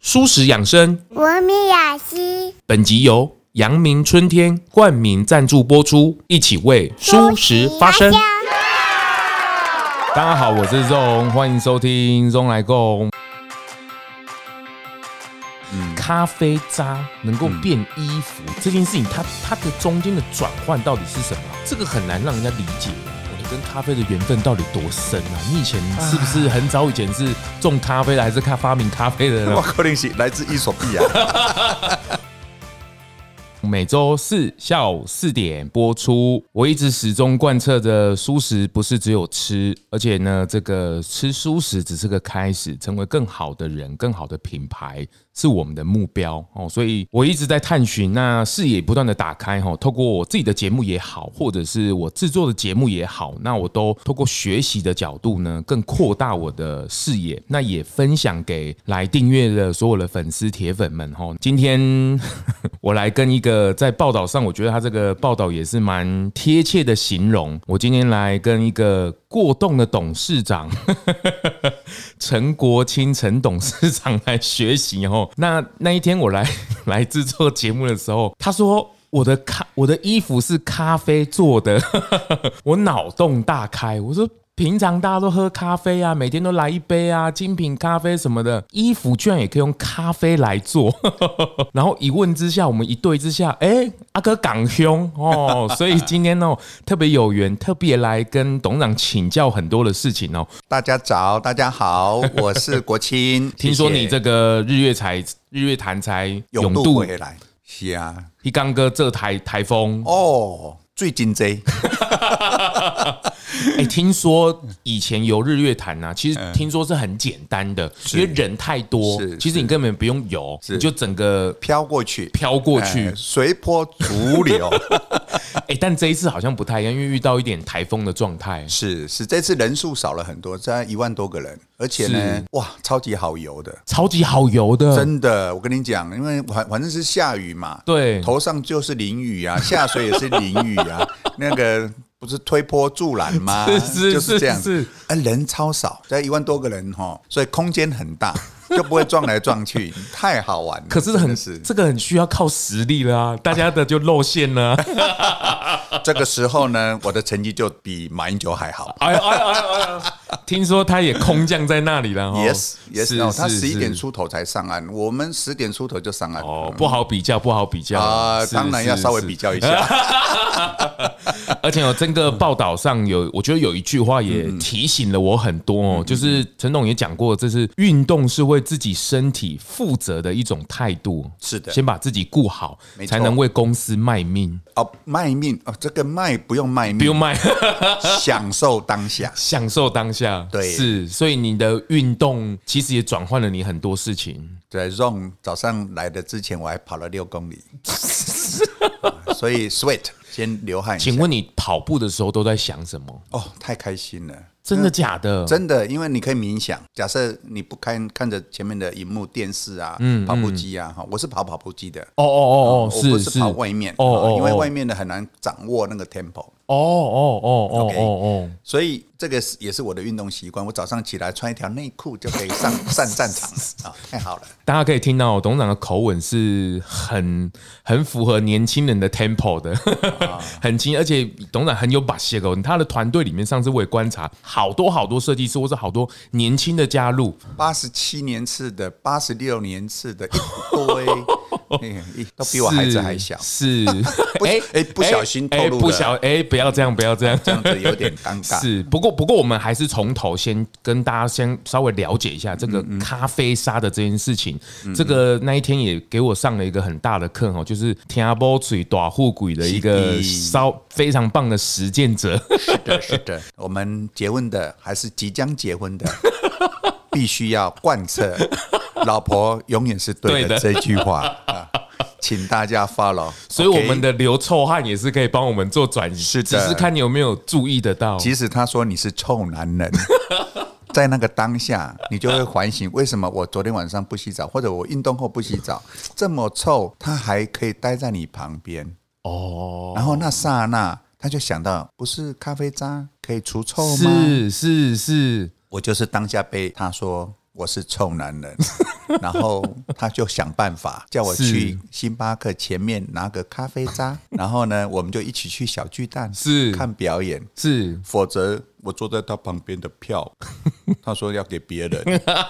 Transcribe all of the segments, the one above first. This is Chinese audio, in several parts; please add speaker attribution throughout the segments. Speaker 1: 舒适养生。
Speaker 2: 文明雅集，
Speaker 1: 本集由阳明春天冠名赞助播出，一起为舒适发声。大家好，我是 Zong，欢迎收听 Zong 来共。咖啡渣能够变衣服、这件事情它，它的中间的转换到底是什么？这个很难让人家理解。我的跟咖啡的缘分到底多深啊？你以前是不是很早以前是种咖啡的，还是咖发明咖啡的呢
Speaker 3: 我？可能是来自伊 索比亚。
Speaker 1: 每周四下午四点播出。我一直始终贯彻着素食不是只有吃，而且呢，这个吃素食只是个开始，成为更好的人、更好的品牌是我们的目标哦。所以我一直在探寻，那视野不断的打开哈、哦，透过我自己的节目也好，或者是我制作的节目也好，那我都透过学习的角度呢，更扩大我的视野，那也分享给来订阅的所有的粉丝铁粉们哈、哦。今天我来跟一个在报道上，我觉得他这个报道也是蛮贴切的形容。我今天来跟一个过动的董事长 陈国清陈董事长来学习哦。那那一天我来来制作节目的时候，他说。我的咖，我的衣服是咖啡做的， 我脑洞大开。我说，平常大家都喝咖啡啊，每天都来一杯啊，精品咖啡什么的，衣服居然也可以用咖啡来做。然后一问之下，我们一对之下，哎，阿哥港兄哦， 所以今天哦特别有缘，特别来跟董事长请教很多的事情哦。
Speaker 3: 大家早，大家好，我是国清。
Speaker 1: 听说
Speaker 3: 谢谢
Speaker 1: 你这个日月才日月潭才
Speaker 3: 永
Speaker 1: 永
Speaker 3: 渡
Speaker 1: 渡，
Speaker 3: 回来，是啊，
Speaker 1: 一刚哥这台台风
Speaker 3: 哦，最近这
Speaker 1: 哎、听说以前游日月潭啊，其实听说是很简单的，因为人太多
Speaker 3: 嗯是，
Speaker 1: 其实你根本不用游，你就整个
Speaker 3: 飘过去，
Speaker 1: 飘过去。
Speaker 3: 哎随波逐流。
Speaker 1: 哎、但这一次好像不太一样，因为遇到一点台风的状态。
Speaker 3: 是是，这次人数少了很多，在一万多个人，而且呢
Speaker 1: 是，
Speaker 3: 哇，超级好游的，
Speaker 1: 超级好游的，
Speaker 3: 真的，我跟你讲，因为反反正是下雨嘛，
Speaker 1: 对
Speaker 3: 头上就是淋雨啊， 下水也是淋雨 啊，那个不是推波助澜吗？
Speaker 1: 是是
Speaker 3: 就是这样
Speaker 1: 是是
Speaker 3: 子，啊，人超少，才一万多个人哈，所以空间很 大，就不会撞来撞去，太好玩了。
Speaker 1: 可是
Speaker 3: 真
Speaker 1: 很
Speaker 3: 的是
Speaker 1: 这个很需要靠实力了 啊，大家的就露馅了啊。
Speaker 3: 这个时候呢，我的成绩就比马英九还好。
Speaker 1: 哎呀哎呀哎呀哎呀！听说他也空降在那里了哦。
Speaker 3: Yes,
Speaker 1: 是
Speaker 3: yes，no, 他
Speaker 1: 是
Speaker 3: 十一点
Speaker 1: 是
Speaker 3: 出头才上岸，我们十点出头就上岸。
Speaker 1: 哦
Speaker 3: 嗯，
Speaker 1: 不好比较，不好比较
Speaker 3: 啊，
Speaker 1: 是
Speaker 3: 当然要
Speaker 1: 是
Speaker 3: 稍微
Speaker 1: 是
Speaker 3: 比较一下。
Speaker 1: 而且哦，整个报道上有，
Speaker 3: 嗯
Speaker 1: 我觉得有一句话也提醒了我很多哦，就是陈董也讲过，这是运动是为自己身体负责的一种态度。
Speaker 3: 是的
Speaker 1: 先把自己顾好
Speaker 3: 没，错
Speaker 1: 才能为公司卖命，
Speaker 3: 哦，卖命哦，这个卖不用卖
Speaker 1: 不用
Speaker 3: 命，
Speaker 1: 卖，
Speaker 3: 享受当下。
Speaker 1: 享受当下。
Speaker 3: 对
Speaker 1: 是，所以你的运动其实也转换了你很多事情。
Speaker 3: 对，Ron 早上来的之前，我还跑了六公 里，啊所以 sweat 先流汗一下。
Speaker 1: 请问你跑步的时候都在想什么？
Speaker 3: 哦，太开心了，
Speaker 1: 真的假的？
Speaker 3: 真的，因为你可以冥想。假设你不看看着前面的荧幕、电视啊，跑步机啊，哈，我是跑跑步机的。
Speaker 1: 哦嗯哦哦哦，
Speaker 3: 我不
Speaker 1: 是
Speaker 3: 是跑外面，
Speaker 1: 哦哦
Speaker 3: 啊因为
Speaker 1: 哦
Speaker 3: 外面的很难掌握那个 tempo，
Speaker 1: 哦哦哦哦哦哦。
Speaker 3: 所以这个是也是我的运动习惯。我早上起来穿一条内裤就可以 上上战场了啊，太好了。
Speaker 1: 大家可以听到董事长的口吻是很很符合年轻人的 tempo 的，
Speaker 3: 啊
Speaker 1: 很轻，而且董事长很有把戏哦。他的团队里面，上次我也观察，好多好多设计师或者好多年轻的加入，
Speaker 3: 八十七年次的、八十六年次的，一 堆，哎一都比我孩子还小，
Speaker 1: 是
Speaker 3: 不哎不小心透露
Speaker 1: 哎不
Speaker 3: 了
Speaker 1: 小哎，不要这样，不要这样。
Speaker 3: 这样子有点尴 尬。
Speaker 1: 是，不过不过我们还是从头先跟大家先稍微了解一下这
Speaker 3: 嗯
Speaker 1: 个咖啡沙的这件事情。这个那一天也给我上了一个很大的课哦，就是天阿波嘴短护鬼的一个
Speaker 3: 是的
Speaker 1: 稍非常棒的实践 者。
Speaker 3: 是的，是的，我们结婚的还是即将结婚的， 必须要贯彻“老婆永远是对的”
Speaker 1: 对
Speaker 3: 这句话啊，请大家 follow。
Speaker 1: 所以我们
Speaker 3: OK？
Speaker 1: 的流臭汗也是可以帮我们做转移，
Speaker 3: 是的
Speaker 1: 只是看你有没有注意得到。
Speaker 3: 即使他说你是臭 男人。在那个当下，你就会反省，为什么我昨天晚上不洗澡，或者我运动后不洗澡，这么臭，他还可以待在你旁边。
Speaker 1: 哦，
Speaker 3: 然后那刹那，他就想到，不是咖啡渣可以除臭吗？
Speaker 1: 是是是，
Speaker 3: 我就是当下被他说我是臭男 人，然后他就想办法叫我
Speaker 1: 是
Speaker 3: 去星巴克前面拿个咖啡渣，然后呢，我们就一起去小巨蛋
Speaker 1: 是
Speaker 3: 看表演，
Speaker 1: 是
Speaker 3: 否则我坐在他旁边的票， 他说要给 别人，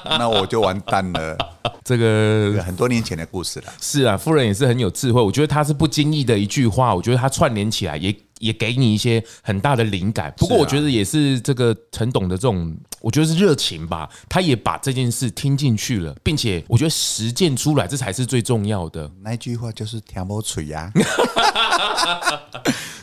Speaker 3: 那我就完蛋了。
Speaker 1: 这
Speaker 3: 这
Speaker 1: 个
Speaker 3: 个很多年前的故事了。
Speaker 1: 是啊，夫人也是很有智慧。我觉得他是不经意的一句话，我觉得他串联起来也也给你一些很大的灵感。不过
Speaker 3: 是啊
Speaker 1: 我觉得也是这个陈董的这种，我觉得是热情吧，他也把这件事听进去了，并且我觉得实践出来，这才是最重要的。
Speaker 3: 那一句话就是“挑毛嘴呀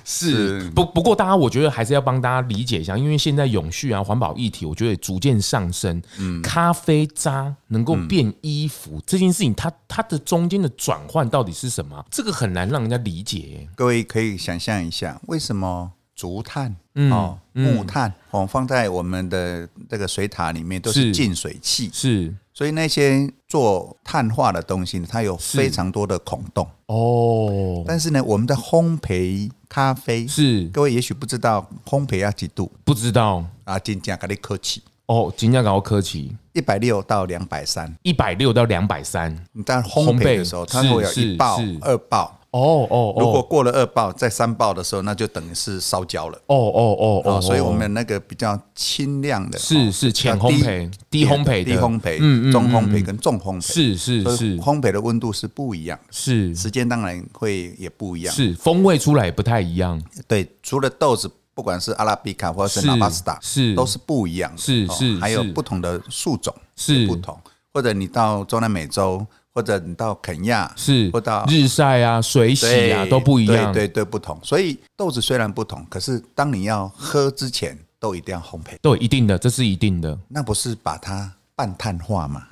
Speaker 1: 是不不过，大家我觉得还是要帮大家理解一下，因为现在永续啊、环保议题，我觉得也逐渐上升。嗯，咖啡渣能够变衣服、这件事情它，它的中间的转换到底是什么？啊这个很难让人家理解耶”。
Speaker 3: 各位可以想象一下，为什么竹炭、
Speaker 1: 嗯
Speaker 3: 哦木炭哦放在我们的这个水塔里面都
Speaker 1: 是
Speaker 3: 是净水器，
Speaker 1: 是
Speaker 3: 所以那些做碳化的东西，它有非常多的孔洞。
Speaker 1: 哦，
Speaker 3: 但是呢，我们的烘焙咖啡，
Speaker 1: 是
Speaker 3: 各位也许不知道烘焙要几度
Speaker 1: 不知道
Speaker 3: 啊？今天给你客气，
Speaker 1: 哦。今天搞科技
Speaker 3: 一百六到两百三。
Speaker 1: 一百六到两百三，
Speaker 3: 你在烘焙的时候，
Speaker 1: 烘焙
Speaker 3: 它会有
Speaker 1: 是
Speaker 3: 一爆
Speaker 1: 是、
Speaker 3: 二爆。
Speaker 1: 哦哦
Speaker 3: 如果
Speaker 1: 哦
Speaker 3: 过了二爆，再三爆的时候，那就等于是烧焦了。
Speaker 1: 哦哦哦
Speaker 3: 哦，
Speaker 1: 哦，
Speaker 3: 所以我们那个比较轻量的哦
Speaker 1: 是是浅烘焙、啊低烘焙、
Speaker 3: 低烘焙、
Speaker 1: 嗯嗯，
Speaker 3: 中烘
Speaker 1: 嗯嗯
Speaker 3: 焙跟重烘焙，
Speaker 1: 是是
Speaker 3: 所以
Speaker 1: 是
Speaker 3: 烘焙的温度是不一样，
Speaker 1: 是
Speaker 3: 时间当然会也不一样。
Speaker 1: 是风味出来也不太一样，
Speaker 3: 对，除了豆子，不管是阿拉比卡或者
Speaker 1: 是
Speaker 3: 是拉巴斯达，
Speaker 1: 是
Speaker 3: 都是不一样的，哦
Speaker 1: 是是
Speaker 3: 还有
Speaker 1: 是
Speaker 3: 不同的树种
Speaker 1: 是
Speaker 3: 不同，或者你到中南美洲，或者你到肯亚，
Speaker 1: 是
Speaker 3: 或到
Speaker 1: 日晒啊、水洗
Speaker 3: 对
Speaker 1: 啊都不一样，
Speaker 3: 对对对，不同。所以豆子虽然不同，可是当你要喝之前，都一定要烘焙，
Speaker 1: 都有一定的，这是一定的
Speaker 3: 那不是把它半碳化吗？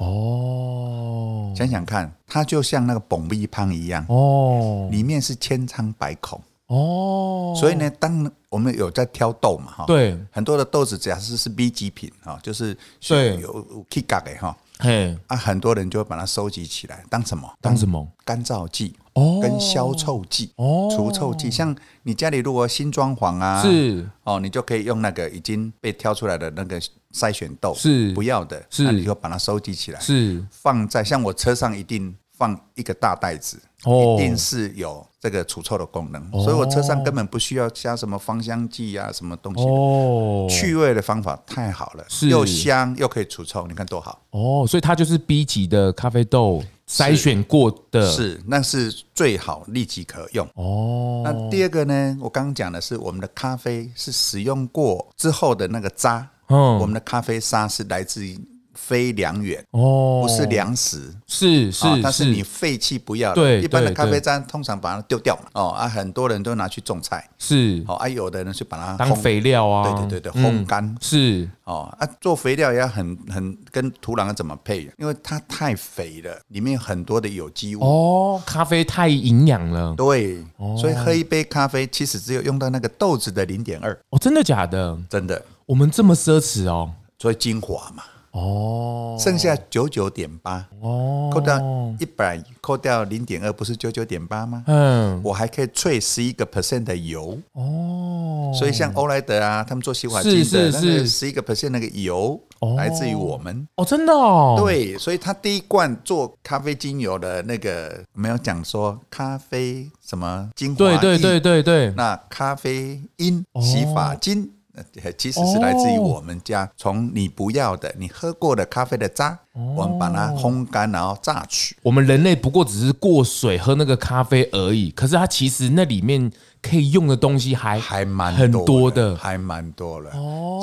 Speaker 1: 哦
Speaker 3: 想想看，它就像那个蹦逼胖一样，
Speaker 1: 哦
Speaker 3: 里面是千疮百孔。
Speaker 1: 哦，
Speaker 3: 所以呢，当我们有在挑豆嘛，哈，
Speaker 1: 对，
Speaker 3: 很多的豆子假设是 B 级品哈，就是
Speaker 1: 对
Speaker 3: 有有 K 嘎的哈，
Speaker 1: 嘿，
Speaker 3: 啊，很多人就会把它收集起来当什么？嗯
Speaker 1: 当什么？
Speaker 3: 干燥剂
Speaker 1: 哦
Speaker 3: 跟消臭剂、
Speaker 1: 哦
Speaker 3: 除臭剂。像你家里如果新装潢啊，
Speaker 1: 是
Speaker 3: 哦，你就可以用那个已经被挑出来的那个筛选豆，
Speaker 1: 是
Speaker 3: 不要的，
Speaker 1: 是
Speaker 3: 那你就把它收集起来，
Speaker 1: 是
Speaker 3: 放在像我车上一定放一个大袋子。
Speaker 1: 哦
Speaker 3: 一定是有这个除臭的功能，所以我车上根本不需要加什么芳香剂啊，什么东西的。
Speaker 1: 哦
Speaker 3: 去味的方法太好了，
Speaker 1: 是
Speaker 3: 又香又可以除臭，你看多好。
Speaker 1: 哦，所以它就是 B 级的咖啡豆筛选过的，
Speaker 3: 是，那是最好立即可用。
Speaker 1: 哦，
Speaker 3: 那第二个呢，我刚刚讲的是我们的咖啡是使用过之后的那个渣，
Speaker 1: 嗯
Speaker 3: 我们的咖啡沙是来自于非粮源，
Speaker 1: 哦
Speaker 3: 不是粮食。
Speaker 1: 是是
Speaker 3: 啊，但是你废弃不要了
Speaker 1: 对
Speaker 3: 一般的
Speaker 1: 对
Speaker 3: 咖啡
Speaker 1: 对
Speaker 3: 渣通常把它丢掉嘛。哦啊，很多人都拿去种菜，
Speaker 1: 是
Speaker 3: 哦啊，有的人是把它
Speaker 1: 当
Speaker 3: 烘
Speaker 1: 肥料啊，
Speaker 3: 对对对对，
Speaker 1: 嗯
Speaker 3: 烘干
Speaker 1: 是
Speaker 3: 哦啊，做肥料也要很很跟土壤要怎么配，因为它太肥了，里面有很多的有机物。
Speaker 1: 哦，咖啡太营养了
Speaker 3: 对，
Speaker 1: 哦
Speaker 3: 所以喝一杯咖啡其实只有用到那个豆子的零点二，
Speaker 1: 哦，真的假的？
Speaker 3: 真的，
Speaker 1: 我们这么奢侈哦，
Speaker 3: 所以精华嘛，
Speaker 1: 哦
Speaker 3: 剩下九九点八，
Speaker 1: 哦，
Speaker 3: 扣掉一百，扣掉零点二，不是九九点八吗？
Speaker 1: 嗯
Speaker 3: 我还可以萃十一个 percent 的油，
Speaker 1: 哦，
Speaker 3: 所以像欧莱德啊，他们做洗发精
Speaker 1: 是是
Speaker 3: 的那
Speaker 1: 是
Speaker 3: 个十一个 percent 那个油
Speaker 1: 哦
Speaker 3: 来自于我们，
Speaker 1: 哦真的哦，，
Speaker 3: 对，所以他第一罐做咖啡精油的那个没有讲说咖啡什么精华
Speaker 1: 对
Speaker 3: 液，
Speaker 1: 对对对对，
Speaker 3: 那咖啡因
Speaker 1: 哦
Speaker 3: 洗发精。呃其实是来自于我们家，从你不要的、你喝过的咖啡的渣，
Speaker 1: 哦
Speaker 3: 我们把它烘干，然后榨取。
Speaker 1: 我们人类不过只是过水喝那个咖啡而已，可是它其实那里面可以用的东西还
Speaker 3: 还蛮
Speaker 1: 很多
Speaker 3: 多
Speaker 1: 的哦
Speaker 3: 还蛮多了。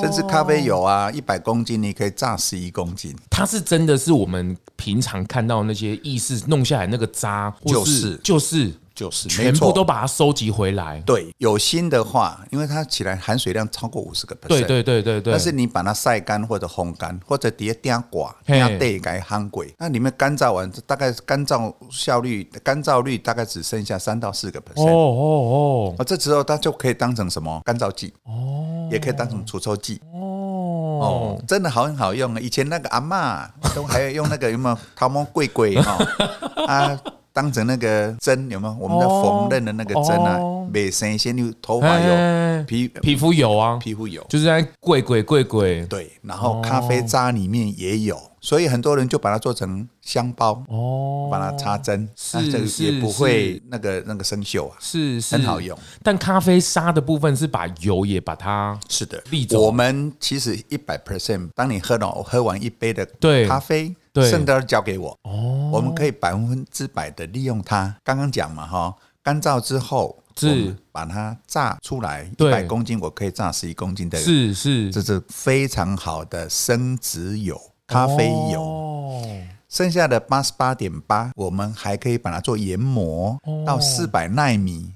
Speaker 3: 甚至咖啡油啊，一百公斤你可以榨十一公斤，
Speaker 1: 它是真的是我们平常看到那些意识弄下来那个渣，或
Speaker 3: 就是
Speaker 1: 就是
Speaker 3: 就是没
Speaker 1: 全
Speaker 3: 错
Speaker 1: 部都把它收集回来，
Speaker 3: 对。有心的话，因为它起来含水量超过五十个 percent，
Speaker 1: 对对对对对，
Speaker 3: 但是你把它晒干或者烘干，或者底下点挂、
Speaker 1: 嘿
Speaker 3: 点地给烘过，那里面干燥完，大概干燥效率、干燥率大概只剩下三到四个
Speaker 1: 哦
Speaker 3: percent。
Speaker 1: 哦
Speaker 3: 啊，这时候它就可以当成什么干燥剂，哦，也可以当成除臭剂，
Speaker 1: 哦哦
Speaker 3: 哦，真的好很好用啊！以前那个阿嬷都还有用那个有没有桃毛桂桂哈 啊，当成那个针有没有？我们的
Speaker 1: 哦
Speaker 3: 缝纫的那个针啊
Speaker 1: 哦，
Speaker 3: 每生先有头发有
Speaker 1: 哎
Speaker 3: 皮
Speaker 1: 皮肤油啊，
Speaker 3: 皮肤有。
Speaker 1: 就是在贵贵贵贵
Speaker 3: 对，然后咖啡渣里面也有，所以很多人就把它做成香包，
Speaker 1: 哦，
Speaker 3: 把它插针，
Speaker 1: 是
Speaker 3: 那这个
Speaker 1: 是
Speaker 3: 也不会那个那个生锈啊。
Speaker 1: 是是
Speaker 3: 很好用。
Speaker 1: 但咖啡沙的部分是把油也把它
Speaker 3: 是的
Speaker 1: 立，走
Speaker 3: 我们其实一百 percent，当你喝了喝完一杯的
Speaker 1: 对
Speaker 3: 咖啡，
Speaker 1: 对
Speaker 3: 剩的交给我，哦，我们可以百分之百的利用它。刚刚讲嘛，哈，干燥之后，
Speaker 1: 是
Speaker 3: 我们把它榨出来，一
Speaker 1: 对
Speaker 3: 百公斤我可以榨十一公斤的，，
Speaker 1: 是是
Speaker 3: 这是非常好的生植油。咖啡油，
Speaker 1: 哦
Speaker 3: 剩下的八十八点八，我们还可以把它做研磨、到四百纳米，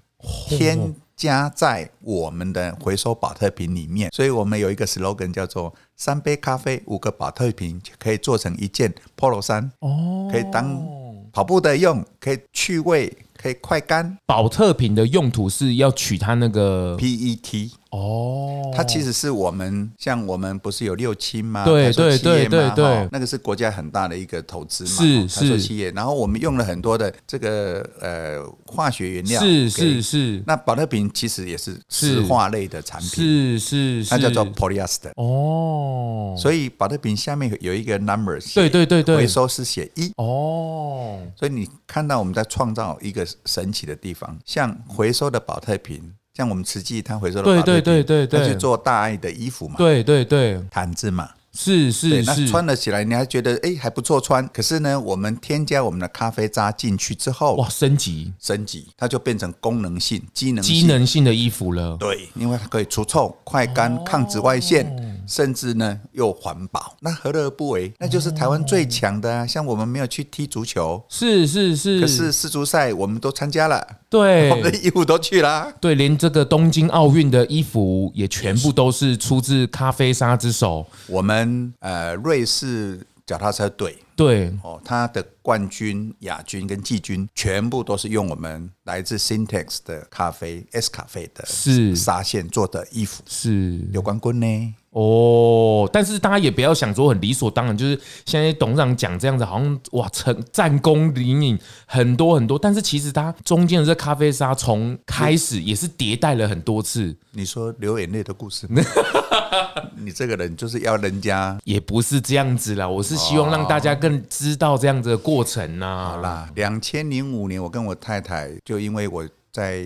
Speaker 3: 添加在我们的回收保特瓶里面。所以我们有一个 slogan 叫做“三杯咖啡五个保特瓶就可以做成一件 polo 衫”，
Speaker 1: 哦，
Speaker 3: 可以当跑步的用，可以去味，可以快干。
Speaker 1: 保特瓶的用途是要取它那个
Speaker 3: PET，
Speaker 1: 哦，
Speaker 3: 它其实是我们像我们不是有六亲吗？
Speaker 1: 对
Speaker 3: 台塑
Speaker 1: 对
Speaker 3: 企业
Speaker 1: 对
Speaker 3: 嘛
Speaker 1: 对
Speaker 3: 哈
Speaker 1: 对
Speaker 3: 那个是国家很大的一个投资嘛，
Speaker 1: 是
Speaker 3: 哈台塑
Speaker 1: 是
Speaker 3: 企业。然后我们用了很多的这个呃化学原料，
Speaker 1: 是
Speaker 3: 给
Speaker 1: 是。是
Speaker 3: 那保特瓶其实也是
Speaker 1: 是
Speaker 3: 石化类的产品，
Speaker 1: 是是是，
Speaker 3: 它叫做 polyester。
Speaker 1: 哦，
Speaker 3: 所以保特瓶下面有一个 number，写
Speaker 1: 对对对对
Speaker 3: 回收是写一。
Speaker 1: 哦，
Speaker 3: 所以你看到我们在创造一个神奇的地方，像回收的保特瓶，像我们慈济它回收的
Speaker 1: 对
Speaker 3: 保特瓶，
Speaker 1: 对对对
Speaker 3: 它
Speaker 1: 对，
Speaker 3: 去做大爱的衣服嘛，
Speaker 1: 对对对，
Speaker 3: 毯子嘛，
Speaker 1: 是
Speaker 3: 对，
Speaker 1: 是
Speaker 3: 那
Speaker 1: 是，
Speaker 3: 穿了起来你还觉得哎还不错穿，可是呢，我们添加我们的咖啡渣进去之后
Speaker 1: 哇，，升级
Speaker 3: 升级它就变成功能性、机能性
Speaker 1: 机能性的衣服了，
Speaker 3: 对，因为它可以除臭、快干、
Speaker 1: 哦
Speaker 3: 抗紫外线，甚至呢又环保，那何乐而不为？那就是台湾最强的啊！像我们没有去踢足球，
Speaker 1: 是是哦是，
Speaker 3: 可是世足赛我们都参加了，我们的
Speaker 1: 对。
Speaker 3: 义务都去啦。
Speaker 1: 对，连这个东京奥运的衣服也全部都是出自咖啡沙之手。
Speaker 3: 我们呃瑞士脚踏车队
Speaker 1: 对，
Speaker 3: 哦，它的冠军、亚军跟季军全部都是用我们来自 Syntex 的咖啡 S 咖啡的
Speaker 1: 是
Speaker 3: 纱线做的衣服，
Speaker 1: 是
Speaker 3: 有冠军呢。
Speaker 1: 哦。但是大家也不要想说很理所当然，就是现在董事长讲这样子，好像哇成战功凛凛很多很多。但是其实它中间的这咖啡沙从开始也是迭代了很多次，
Speaker 3: 你说流眼泪的故事 吗，你这个人就是要人家
Speaker 1: 也不是这样子啦。我是希望让大家更知道这样子的过程啊呐、
Speaker 3: 好啦，两千零五年，我跟我太太就因为我在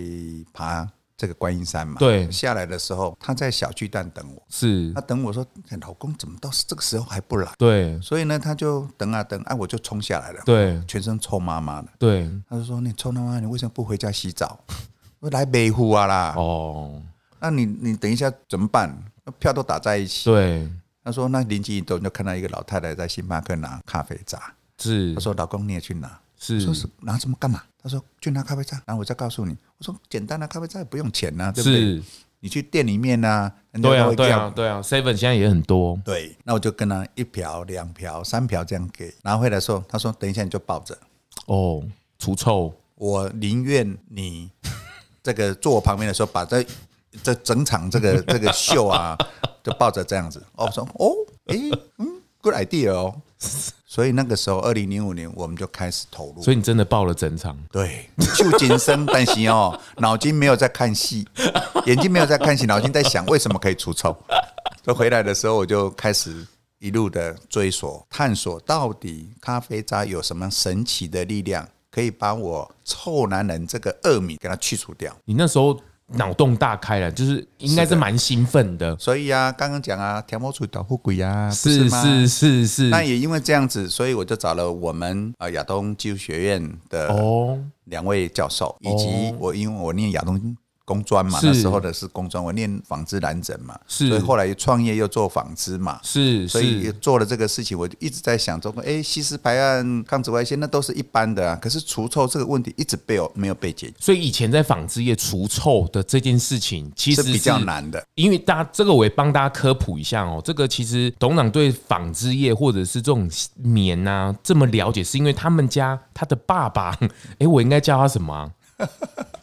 Speaker 3: 爬这个观音山嘛，
Speaker 1: 对
Speaker 3: 下来的时候，她在小巨蛋等我，
Speaker 1: 是
Speaker 3: 她，等我说，哎老公怎么到这个时候还不来？
Speaker 1: 对
Speaker 3: 所以呢，她就等啊等，啊，我就冲下来了，
Speaker 1: 对
Speaker 3: 全身臭麻麻的。
Speaker 1: 对，
Speaker 3: 她就说：“你臭他妈，你为什么不回家洗澡？ 我来北湖啊啦，
Speaker 1: 哦，
Speaker 3: 那你你等一下怎么办？那票都打在一起。”
Speaker 1: 对
Speaker 3: 她说：“那灵机一动，就看到一个老太太在星巴克拿咖啡渣。
Speaker 1: 是
Speaker 3: 她说：‘老公，你也去拿。’
Speaker 1: 是
Speaker 3: 说是拿什么干嘛？他说去拿咖啡渣，然后我再告诉你。我说简单的咖啡渣也不用钱呐、对不对？
Speaker 1: 是，
Speaker 3: 你去店里面呐、人家
Speaker 1: 对
Speaker 3: 都
Speaker 1: 啊
Speaker 3: 会
Speaker 1: 对
Speaker 3: 叫
Speaker 1: 啊
Speaker 3: 你。
Speaker 1: 对啊，seven 现在也很多，
Speaker 3: 对，那我就跟他一瓢、两瓢、三瓢这样给，拿回来的时候，他说等一下你就抱着，
Speaker 1: 哦，除臭
Speaker 3: 我宁愿你这个坐我旁边的时候，把这这整场这个这个秀啊，就抱着这样子。哦，我说哦，诶，嗯，good idea 哦。所以那个时候，二零零五年我们就开始投入。
Speaker 1: 所以你真的爆了整场。
Speaker 3: 对，旧金生，但是哦，脑筋没有在看戏，眼睛没有在看戏，脑筋在想为什么可以除臭。所以回来的时候，我就开始一路的追索、探索，到底咖啡渣有什么神奇的力量，可以把我臭男人这个恶名给它去除掉。
Speaker 1: 你那时候脑洞大开了，就是应该是蛮兴奋的，
Speaker 3: 所以啊，刚刚讲啊，调魔处导富鬼啊，不
Speaker 1: 是
Speaker 3: 吗？
Speaker 1: 是是是，
Speaker 3: 那也因为这样子，所以我就找了我们呃亚东技术学院的
Speaker 1: 哦
Speaker 3: 两位教授，以及
Speaker 1: 哦
Speaker 3: 我因为我念亚东工专嘛，
Speaker 1: 是
Speaker 3: 那时候的是工专，我念纺织染整嘛，
Speaker 1: 是
Speaker 3: 所以后来又创业又做纺织嘛。
Speaker 1: 是
Speaker 3: 所以
Speaker 1: 是
Speaker 3: 做了这个事情，我就一直在想说，哎，吸湿排汗、抗紫外线那都是一般的啊，可是除臭这个问题一直被我没有被解决，
Speaker 1: 所以以前在纺织业除臭的这件事情，其实
Speaker 3: 是比较难的。
Speaker 1: 因为大家这个我也帮大家科普一下哦，这个其实董事长对纺织业或者是这种棉啊这么了解，是因为他们家他的爸爸， 诶，我应该叫他什么啊、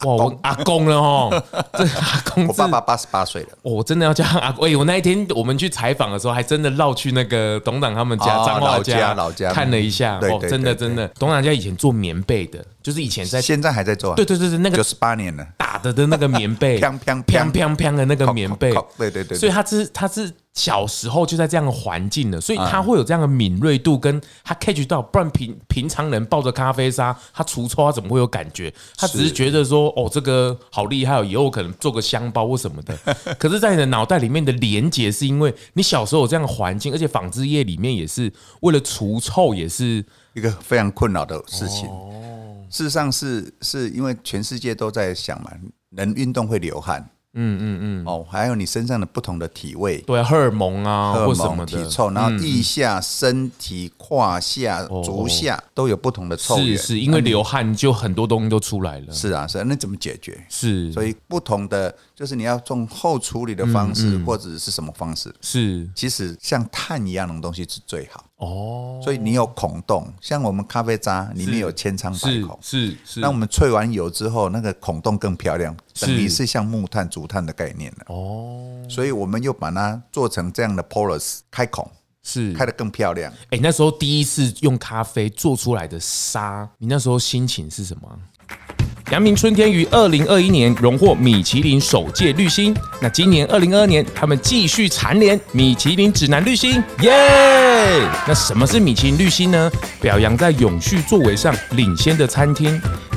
Speaker 1: 哇，我阿公了哦，这阿公
Speaker 3: 我
Speaker 1: 是
Speaker 3: 爸爸八十八岁了，
Speaker 1: 哦我真的要叫他阿公。哎、我那一天我们去采访的时候，还真的绕去那个董事长他们家
Speaker 3: 哦
Speaker 1: 彰化
Speaker 3: 老家老家嗯
Speaker 1: 看了一下，
Speaker 3: 对
Speaker 1: 哦，
Speaker 3: 对
Speaker 1: 真的
Speaker 3: 对对
Speaker 1: 真的，董事长家以前做棉被的，就是以前在
Speaker 3: 现在还在做、啊，
Speaker 1: 对对对对那个
Speaker 3: 九十八年了，
Speaker 1: 打的的那个棉被，
Speaker 3: 砰砰
Speaker 1: 砰砰砰的那个棉被
Speaker 3: 靠靠靠，对对对对
Speaker 1: 所以他是他是小时候就在这样的环境了，所以
Speaker 3: 嗯
Speaker 1: 他会有这样的敏锐度，跟他 catch 到，不然平平常人抱着咖啡沙，他除臭他怎么会有感觉？他只是
Speaker 3: 是
Speaker 1: 觉得说，哦，这个好厉害哦，以后可能做个香包或什么 的。可是，在你的脑袋里面的连结，是因为你小时候有这样的环境，而且纺织业里面也是为了除臭，也是
Speaker 3: 一个非常困扰的事情。
Speaker 1: 哦
Speaker 3: 事实上是是因为全世界都在想嘛，人运动会流汗，嗯嗯嗯，哦，还有你身上的不同的体味。
Speaker 1: 对啊荷尔蒙啊
Speaker 3: 荷
Speaker 1: 或
Speaker 3: 尔
Speaker 1: 什么的
Speaker 3: 蒙、
Speaker 1: 嗯
Speaker 3: 体臭，然后腋下、身体、胯下、足下都有不同的臭
Speaker 1: 哦是
Speaker 3: 源。
Speaker 1: 是因为流汗就很多东西都出来了，
Speaker 3: 是啊，是啊，那怎么解决？
Speaker 1: 是
Speaker 3: 所以不同的就是你要用后处理的方式，
Speaker 1: 嗯
Speaker 3: 或者是什么方式。
Speaker 1: 是
Speaker 3: 其实像碳一样的东西是最好，
Speaker 1: 哦，
Speaker 3: 所以你有孔洞，像我们咖啡渣里面有千疮百
Speaker 1: 是
Speaker 3: 孔，
Speaker 1: 是是
Speaker 3: 那我们萃完油之后，那个孔洞更漂亮，
Speaker 1: 是
Speaker 3: 等于是像木炭、竹炭的概念了。
Speaker 1: 哦
Speaker 3: 所以我们又把它做成这样的 porous 开孔，
Speaker 1: 是
Speaker 3: 开得更漂亮。
Speaker 1: 哎、那时候第一次用咖啡做出来的沙，你那时候心情是什么啊？阳明春天于二零二一年荣获米其林首届绿星，那今年二零二二年他们继续蝉联米其林指南绿星，耶、那什么是米其林绿星呢？表扬在永续作为上领先的餐厅。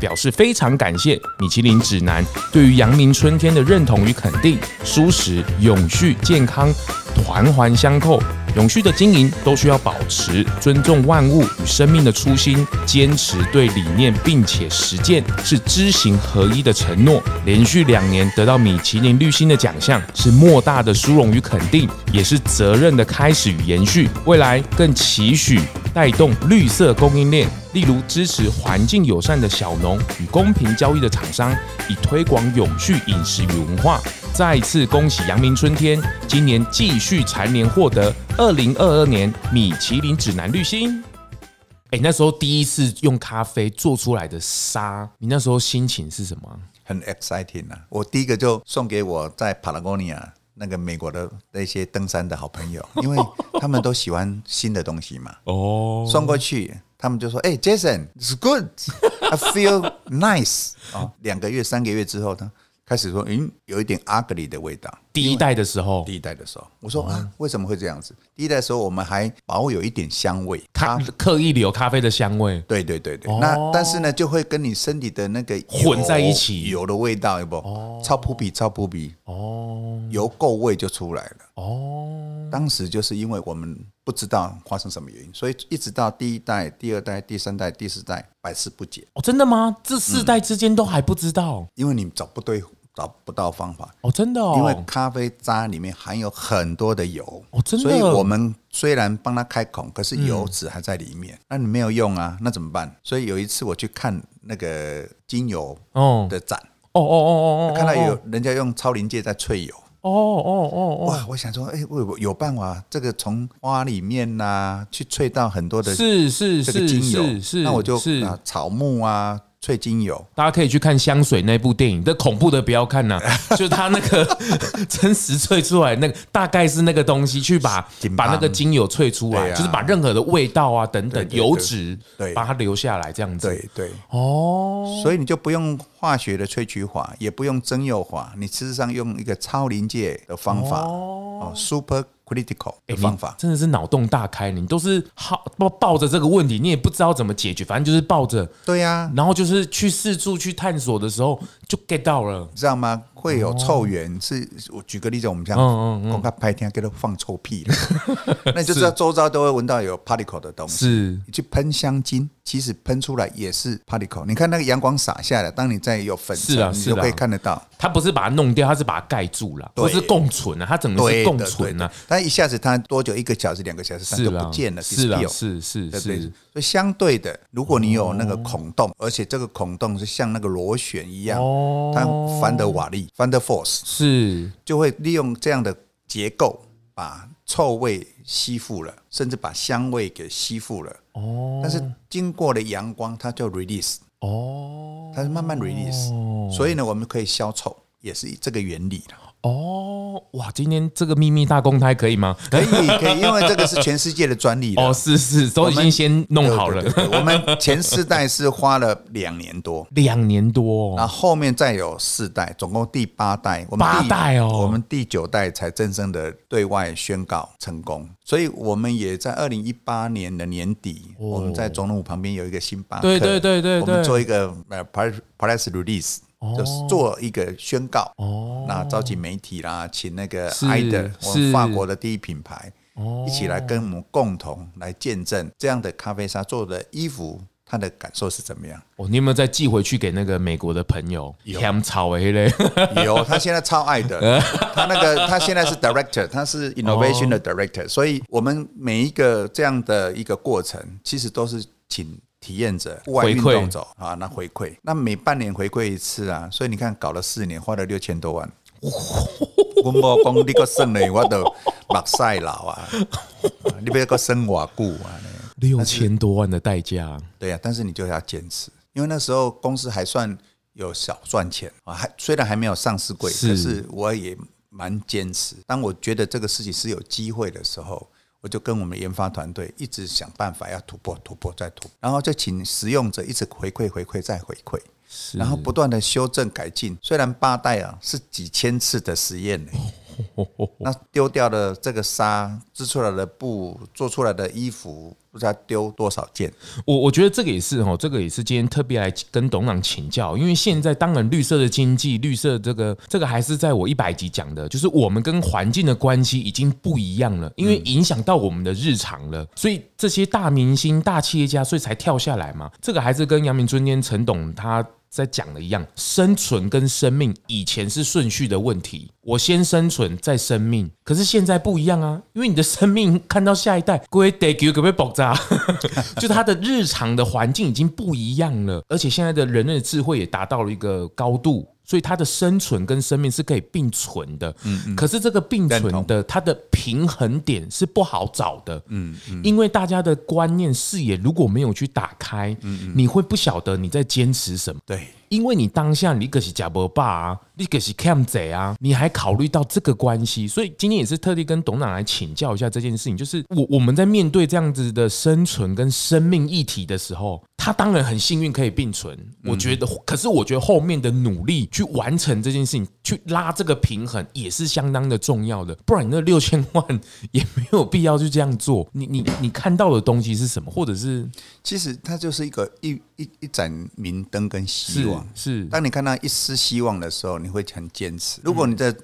Speaker 1: 表示非常感谢米其林指南对于阳明春天的认同与肯定，舒适、永续、健康，环环相扣。永续的经营都需要保持尊重万物与生命的初心，坚持对理念并且实践是知行合一的承诺。连续两年得到米其林绿星的奖项，是莫大的殊荣与肯定，也是责任的开始与延续。未来更期许带动绿色供应链，例如支持环境友善的小农与公平交易的厂商，以推广永续饮食与文化。再次恭喜阳明春天，今年继续蝉联获得二零二二年米其林指南绿星。哎、那时候第一次用咖啡做出来的沙，你那时候心情是什么啊？
Speaker 3: 很 exciting 啊！我第一个就送给我在 Patagonia 那个美国的那些登山的好 朋友，因为他们都喜欢新的东西嘛。
Speaker 1: 哦，
Speaker 3: 送过去，他们就说：“哎、j a s o n i t s good，I feel nice。”哦，两个月、三个月之后，他开始说：“嗯，有一点 ugly 的味道。”
Speaker 1: 第一代的时候
Speaker 3: 第，一代的时候，我
Speaker 1: 哦
Speaker 3: 说啊，为什么会这样子？第一代的时候，我们还保有一点香味，
Speaker 1: 咖
Speaker 3: 咖
Speaker 1: 刻意留咖啡的香味，
Speaker 3: 对对对对，
Speaker 1: 哦
Speaker 3: 那但是呢，就会跟你身体的那个油
Speaker 1: 混在一起
Speaker 3: 油的味道，有不？超扑鼻，超扑鼻，
Speaker 1: 哦
Speaker 3: 油垢味就出来了。
Speaker 1: 哦，
Speaker 3: 当时就是因为我们不知道发生什么原因，所以一直到第一代、第二代、第三代、第四代百思不解，
Speaker 1: 哦，真的吗？
Speaker 3: 嗯
Speaker 1: 这四代之间都还不知道、
Speaker 3: 因为你找不对、找不到方法。
Speaker 1: 哦，真的哦，
Speaker 3: 因为咖啡渣里面含有很多的油，
Speaker 1: 哦真的
Speaker 3: 所以我们虽然帮它开孔，可是油脂还在里面，
Speaker 1: 嗯
Speaker 3: 那你没有用啊，那怎么办？所以有一次我去看那个精油
Speaker 1: 哦
Speaker 3: 的展，
Speaker 1: 哦哦哦哦哦，
Speaker 3: 看到有人家用超临界在萃油，
Speaker 1: 哦哦哦
Speaker 3: 哇！我想说，哎、我有有办法，这个从花里面呐、去萃到很多
Speaker 1: 哦，
Speaker 3: 的
Speaker 1: 是是
Speaker 3: 这个
Speaker 1: 是
Speaker 3: 精油，
Speaker 1: 是是，
Speaker 3: 那我就是啊草木啊萃精油，
Speaker 1: 大家可以去看《香水》那部电影，这恐怖的不要看 呐、就是他那个 真实萃出来那个，大概是那个东西去把
Speaker 3: 紧
Speaker 1: 把
Speaker 3: 绷
Speaker 1: 那个精油萃出来，
Speaker 3: 对啊
Speaker 1: 就是把任何的味道啊等等
Speaker 3: 对对对
Speaker 1: 油脂，
Speaker 3: 对
Speaker 1: 把它留下来这样子。
Speaker 3: 对对，
Speaker 1: 哦，
Speaker 3: 所以你就不用化学的萃取法，也不用蒸馏法，你事实上用一个超临界的方法，哦，super critical 的
Speaker 1: 哎你
Speaker 3: 方法。
Speaker 1: 真的是脑洞大开，你都是好抱抱着这个问题，你也不知道怎么解决，反正就是抱着，
Speaker 3: 对呀、
Speaker 1: 然后就是去四处去探索的时候就 get 到了。
Speaker 3: 你知道吗？会有臭源是，我举个例子，我们这
Speaker 1: 嗯
Speaker 3: 样广告拍天给它放臭屁 了，那你就知道周遭都会闻到有 particle 的东西。
Speaker 1: 是
Speaker 3: 你去喷香精，其实喷出来也是 particle。你看那个阳光洒下来，当你在有粉
Speaker 1: 是
Speaker 3: 尘，
Speaker 1: 啊
Speaker 3: 你
Speaker 1: 是啊
Speaker 3: 就可以看得到。
Speaker 1: 它不是把它弄掉，它是把它盖住了，
Speaker 3: 对
Speaker 1: 不是共存啊，它整个是
Speaker 3: 对
Speaker 1: 共
Speaker 3: 的对
Speaker 1: 存啊
Speaker 3: 的。但一下子它多久？一个小时、两个小时，它
Speaker 1: 是
Speaker 3: 就
Speaker 1: 啦，
Speaker 3: 不见了，
Speaker 1: 是啦，
Speaker 3: disappear
Speaker 1: 是是
Speaker 3: 对不对？
Speaker 1: 是
Speaker 3: 所，以相对的，如果你有那个孔洞，而且这个孔洞是像那个螺旋一样，
Speaker 1: 哦
Speaker 3: 它翻的瓦力翻的 force
Speaker 1: 是
Speaker 3: 就会利用这样的结构把臭味吸附了，甚至把香味给吸附了。
Speaker 1: 哦
Speaker 3: 但是经过了阳光，它就 release，
Speaker 1: 哦
Speaker 3: 它是慢慢 release，、所以呢，我们可以消臭，也是这个原理 啦。
Speaker 1: 哦，哇，今天这个秘密大公开可以吗？
Speaker 3: 可以，可以，因为这个是全世界的专利啦
Speaker 1: 哦，是是，都已经先弄好了
Speaker 3: 对，对对对我们前四代是花了两年多，
Speaker 1: 两年多
Speaker 3: 然
Speaker 1: 哦，
Speaker 3: 后后面再有四代，总共第八代，我们
Speaker 1: 八
Speaker 3: 第
Speaker 1: 代哦
Speaker 3: 我们第九代才真正的对外宣告成功，所以我们也在二零一八年的年底，我们在总统府旁边有一个星巴
Speaker 1: 哦
Speaker 3: 克，
Speaker 1: 对对对对对哦
Speaker 3: 我们做一个呃 press press release。就是做一个宣告，哦，那召集媒体啦，请那个
Speaker 1: 是
Speaker 3: IDA，我们
Speaker 1: 是哦
Speaker 3: 法国的第一品牌，一起来跟我们共同来见证这样的咖啡沙做的衣服，它的感受是怎么样？
Speaker 1: 哦，你有没有再寄回去给那个美国的朋友？香草诶嘞，
Speaker 3: 有，他现在超爱 的，
Speaker 1: 嗯
Speaker 3: 他那个他现在是 director，他是 innovation
Speaker 1: 哦
Speaker 3: 的 director，、所以我们每一个这样的一个过程，其实都是请体验者户外
Speaker 1: 回
Speaker 3: 运
Speaker 1: 馈
Speaker 3: 动走啊，那回馈，那每半年回馈一次啊，所以你看搞了四年，花了六千 多万。我无讲你个算嘞，我都目屎流啊！你要个生偌久啊？
Speaker 1: 六千多万的代价，啊
Speaker 3: 对呀、但是你就要坚持，因为那时候公司还算有小赚钱啊，还虽然还没有上市贵，
Speaker 1: 是
Speaker 3: 可是我也蛮坚持。当我觉得这个事情是有机会的时候，我就跟我们研发团队一直想办法要突破、突破再突破，然后就请使用者一直回馈、回馈再回馈。然后不断的修正改进，虽然八代啊是几千次的实验呢、那丢掉的这个沙织出来的布做出来的衣服，不知道丢多少件。
Speaker 1: 我我觉得这个也是哦，这个也是今天特别来跟董事长请教，因为现在当然绿色的经济，绿色这个这个还是在我一百集讲的，就是我们跟环境的关系已经不一样了，因为影响到我们的日常了，所以这些大明星、大企业家，所以才跳下来嘛。这个还是跟杨明尊今天陈董他。在讲的一样，生存跟生命以前是顺序的问题，我先生存再生命，可是现在不一样啊，因为你的生命看到下一代，归得给可被爆炸，就他的日常的环境已经不一样了，而且现在的人类的智慧也达到了一个高度。所以它的生存跟生命是可以并存的，可是这个并
Speaker 3: 认
Speaker 1: 存
Speaker 3: 同
Speaker 1: 的它的平衡点是不好找的，嗯，因为大家的观念视野如果没有去打开，你会不晓得你在坚持什么。
Speaker 3: 对，
Speaker 1: 因为你当下你可是假伯爸啊，你可是 cam 贼啊，你还考虑到这个关系，所以今天也是特地跟董事长来请教一下这件事情，就是我我们在面对这样子的生存跟生命议题的时候，他当然很幸运可以并存，我觉得，可是我觉得后面的努力去完成这件事情，去拉这个平衡也是相当的重要的，不然你那六千万也没有必要去这样做。你你你看到的东西是什么，或者是
Speaker 3: 其实它就是一个一一一盏明灯跟希
Speaker 1: 是
Speaker 3: 望。
Speaker 1: 是
Speaker 3: 当你看到一丝希望的时候，你会很坚持。如果你的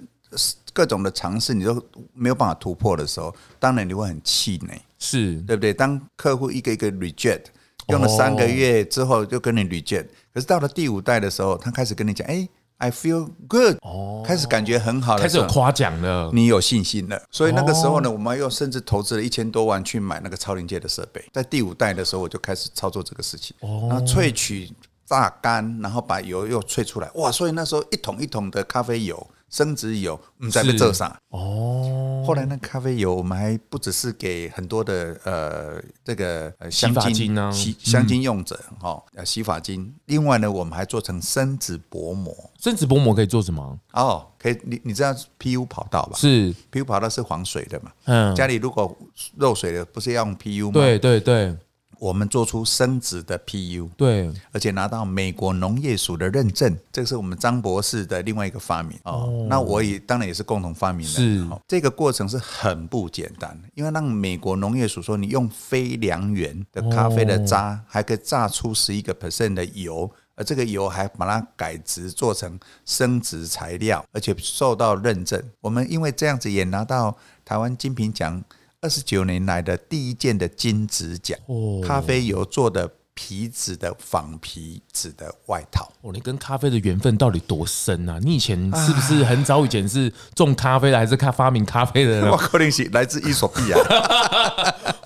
Speaker 3: 各种的尝试你都没有办法突破的时候，当然你会很气馁，
Speaker 1: 是
Speaker 3: 对不对？当客户一个一个 reject，用
Speaker 1: 哦
Speaker 3: 了三个月之后就跟你 reject，可是到了第五代的时候，他开始跟你讲：“哎，I feel good，开始感觉很好
Speaker 1: 哦开
Speaker 3: 的
Speaker 1: 始
Speaker 3: 时
Speaker 1: 有
Speaker 3: 候。”
Speaker 1: 夸奖了。
Speaker 3: 你有信心了，所以那个时候呢，
Speaker 1: 哦
Speaker 3: 我们又甚至投资了一千多万去买那个超临界的设备。在第五代的时候，我就开始操作这个事情，
Speaker 1: 哦
Speaker 3: 然后萃取、榨干，然后把油又萃出来，哇！所以那时候一桶一桶的咖啡油、生植油，嗯，在被
Speaker 1: 是
Speaker 3: 做上。
Speaker 1: 哦，
Speaker 3: 后来那咖啡油，我们还不只是给很多的呃这个呃
Speaker 1: 洗
Speaker 3: 香
Speaker 1: 发
Speaker 3: 精
Speaker 1: 精啊嗯
Speaker 3: 洗香精用者哦，呃洗发精。另外呢，我们还做成生殖薄膜
Speaker 1: 生殖薄膜可以做什么？
Speaker 3: 哦，可以你你知道 PU 跑道吧？
Speaker 1: 是，
Speaker 3: PU 跑道是防水的嘛，
Speaker 1: 嗯，
Speaker 3: 家里如果漏水的，不是要用 PU 吗？，
Speaker 1: 对对对
Speaker 3: 我们做出升值的 PU，
Speaker 1: 对，
Speaker 3: 而且拿到美国农业署的认证，这是我们张博士的另外一个发明哦。那我也当然也是共同发明
Speaker 1: 是
Speaker 3: 人。哦这个过程是很不简单，因为让美国农业署说你用非良缘的咖啡
Speaker 1: 哦
Speaker 3: 的渣，还可以榨出十一个 percent 的油。而这个油还把它改植做成生殖材料，而且受到认证。我们因为这样子也拿到台湾金品奖二十九年来的第一件的金质奖。
Speaker 1: 哦
Speaker 3: 咖啡油做的皮质的仿皮质的外套。
Speaker 1: 哦，你跟咖啡的缘分到底多深啊？你以前是不是很早以前是种咖啡的，还是咖发明咖啡的人
Speaker 3: 我
Speaker 1: 啊？
Speaker 3: 可能是来自伊索比亚。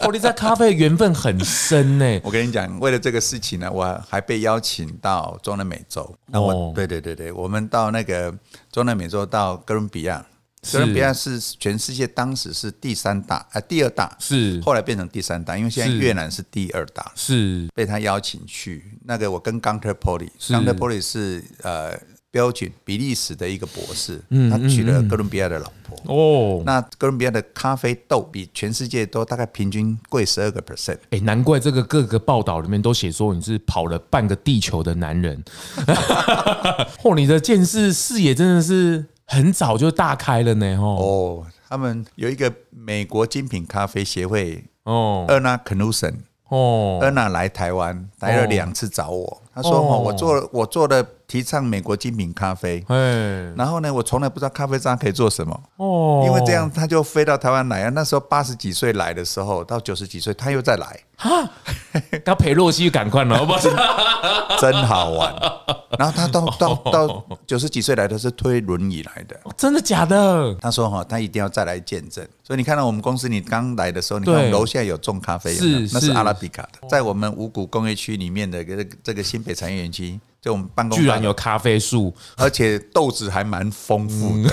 Speaker 1: 哦，你在咖啡的缘分很深 呢。
Speaker 3: 我跟你讲，为了这个事情呢，我还被邀请到中南美洲。那我，
Speaker 1: 哦
Speaker 3: 对对对对，我们到那个中南美洲，到哥伦比亚，哥伦比亚是全世界当时是第三大，呃，第二大，
Speaker 1: 是
Speaker 3: 后来变成第三大，因为现在
Speaker 1: 是
Speaker 3: 越南是第二大，
Speaker 1: 是
Speaker 3: 被他邀请去。那个我跟 Gunter Poli，
Speaker 1: 是
Speaker 3: Gunter Poli 是呃标准比利时的一个博士，他娶了哥伦比亚的老婆。
Speaker 1: 嗯哦，
Speaker 3: 那哥伦比亚的咖啡豆比全世界都大概平均贵十二个 percent，
Speaker 1: 哎、难怪这个各个报道里面都写说你是跑了半个地球的男 人，嚯、你的见识视野真的是很早就大开了呢，哦
Speaker 3: 哦，他们有一个美国精品咖啡协会
Speaker 1: 哦
Speaker 3: Erna Knudsen，
Speaker 1: 哦，
Speaker 3: 恩娜来台湾来了两次找我，她说哦，
Speaker 1: 哦
Speaker 3: 我做我做的提倡美国精品咖啡，
Speaker 1: 哎
Speaker 3: 然后呢，我从来不知道咖啡渣可以做什么，
Speaker 1: 哦，
Speaker 3: 因为 这样他就飞到台湾来啊。那时候八十几岁来的时候，到九十几岁他又 再来，
Speaker 1: 他裴洛西赶快了，我把
Speaker 3: 真好玩。然后他到到到九十几岁来的是推轮椅来的。
Speaker 1: 真的假的？
Speaker 3: 他说：“哈，他一定要再来见证。所以你看到我们公司，你刚来的时候，你看我们
Speaker 1: 对
Speaker 3: 楼下有种咖啡，有没有
Speaker 1: 是
Speaker 3: 那是
Speaker 1: 是
Speaker 3: 阿拉比卡的，在我们五股工业区里面的这个这个新北产业园区，就我们办公
Speaker 1: 居然
Speaker 3: 大楼
Speaker 1: 有咖啡树，
Speaker 3: 而且豆子还蛮丰富的。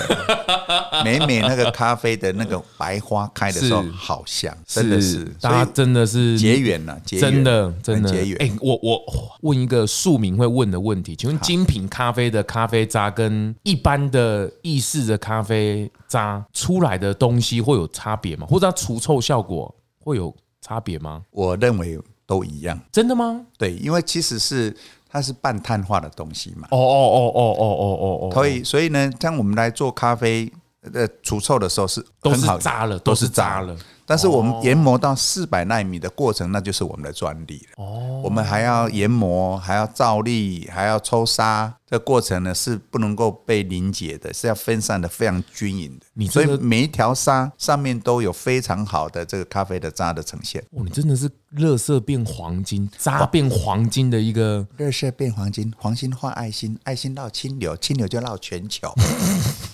Speaker 3: 每每那个咖啡的那个白花开的时候
Speaker 1: 嗯是，
Speaker 3: 好香，真的是，
Speaker 1: 大
Speaker 3: 所
Speaker 1: 家
Speaker 3: 以
Speaker 1: 真的是
Speaker 3: 结缘呐，结缘
Speaker 1: 真的
Speaker 3: 很
Speaker 1: 真的
Speaker 3: 结缘。
Speaker 1: 哎、我我我问一个庶民会问的问题，请问精品咖啡的咖啡渣跟一般的意式的咖啡渣出来的东西会有差别吗？或者它除臭效果会有差别吗？
Speaker 3: 我认为都一样，
Speaker 1: 真的吗？
Speaker 3: 对，因为其实是它是半碳化的东西嘛，
Speaker 1: 哦哦哦哦哦哦哦哦，
Speaker 3: 所以所以呢，像我们来做咖啡呃除臭的时候是
Speaker 1: 都是
Speaker 3: 很好
Speaker 1: 渣了，
Speaker 3: 都
Speaker 1: 都
Speaker 3: 是
Speaker 1: 是
Speaker 3: 渣哦
Speaker 1: 渣了。
Speaker 3: 但是我们研磨到四百纳米的过程，那就是我们的专利了。哦，我们还要研磨，还要造粒，还要抽沙，这过程呢是不能够被凝结的，是要分散的非常均匀的。
Speaker 1: 你
Speaker 3: 所
Speaker 1: 这
Speaker 3: 以
Speaker 1: 个
Speaker 3: 每一条沙上面都有非常好的这个咖啡的渣的呈现。
Speaker 1: 哦，你真的是乐色变黄金，渣变黄金的一个
Speaker 3: 热色变黄金，黄金化爱心，爱心绕清流，清流就绕全 球。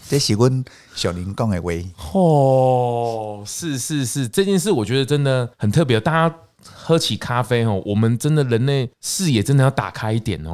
Speaker 3: 这是阮小林讲的话。
Speaker 1: 哦，是是是，这件事我觉得真的很特别。大家喝起咖啡哦，我们真的人类视野真的要打开一点哦。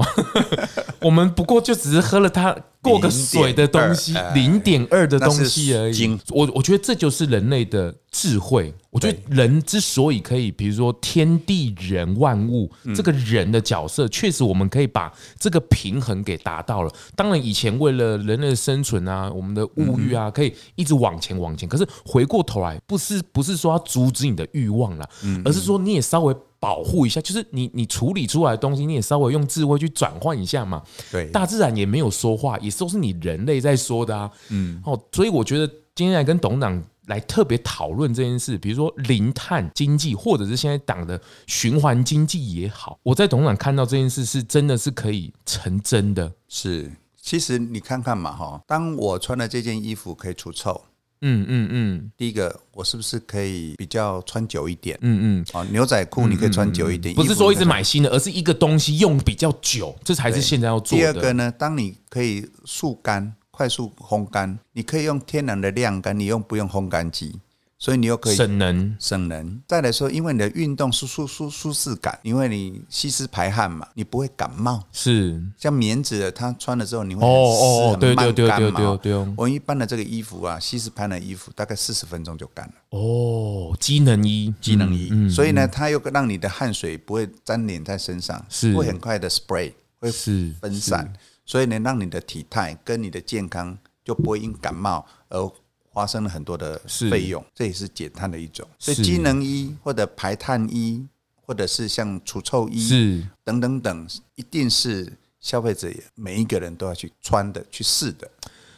Speaker 1: 我们不过就只是喝了它过个水的东西
Speaker 3: 0.2，
Speaker 1: 零点二的东西
Speaker 3: 那
Speaker 1: 而
Speaker 3: 是
Speaker 1: 已
Speaker 3: 精。
Speaker 1: 我我觉得这就是人类的智慧。我觉得人之所以可以，比如说天地人万物，
Speaker 3: 嗯
Speaker 1: 这个人的角色，确实我们可以把这个平衡给达到了。当然，以前为了人类的生存啊，我们的物欲
Speaker 3: 嗯
Speaker 1: 啊，可以一直往前往前。可是回过头来，不是不是说要阻止你的欲望啦，
Speaker 3: 嗯
Speaker 1: 而是说你也稍微。保护一下，就是你你处理出来的东西，你也稍微用智慧去转换一下嘛。
Speaker 3: 对
Speaker 1: 大自然也没有说话，也都是你人类在说的啊。嗯，哦，所以我觉得今天来跟董事长来特别讨论这件事，比如说零碳经济，或者是现在党的循环经济也好，我在董事长看到这件事是真的是可以成真的。
Speaker 3: 是，其实你看看嘛，哈，当我穿的这件衣服可以除臭，
Speaker 1: 嗯嗯嗯
Speaker 3: 第一个，我是不是可以比较穿久一点？
Speaker 1: 嗯
Speaker 3: 哦，牛仔裤你可以穿久一点，
Speaker 1: 嗯，不
Speaker 3: 衣
Speaker 1: 是
Speaker 3: 服
Speaker 1: 说一
Speaker 3: 你
Speaker 1: 直
Speaker 3: 可以
Speaker 1: 买新的，而是一个东西用比较久，这才是现在要做
Speaker 3: 第二
Speaker 1: 的。嗯
Speaker 3: 个呢，当你可以速干、快速烘干，你可以用天然的晾干，你用不用烘干机，所以你又可以
Speaker 1: 省能，
Speaker 3: 省能。再来说，因为你的运动舒舒舒舒适感，因为你吸湿排汗嘛，你不会感冒。
Speaker 1: 是
Speaker 3: 像棉质的，它穿了之后你会
Speaker 1: 哦
Speaker 3: 很湿、
Speaker 1: 哦哦对
Speaker 3: 很慢
Speaker 1: 对对
Speaker 3: 干
Speaker 1: 对
Speaker 3: 嘛
Speaker 1: 对
Speaker 3: 哦
Speaker 1: 对哦
Speaker 3: 我们一般的这个衣服啊，吸湿排汗的衣服，大概四十分钟就干了。
Speaker 1: 哦，机能衣，
Speaker 3: 机能衣，
Speaker 1: 嗯嗯
Speaker 3: 所以呢，它又让你的汗水不会粘连在身上，
Speaker 1: 是
Speaker 3: 会很快的 spray，会
Speaker 1: 是
Speaker 3: 分散，所以呢，让你的体态跟你的健康就不会因感冒而发生了很多的
Speaker 1: 是
Speaker 3: 费用，这也是减碳的一种。所以
Speaker 1: 是
Speaker 3: 机能衣或者排碳衣，或者是像除臭衣
Speaker 1: 是
Speaker 3: 等等等，一定是消费者也每一个人都要去穿的、去试的，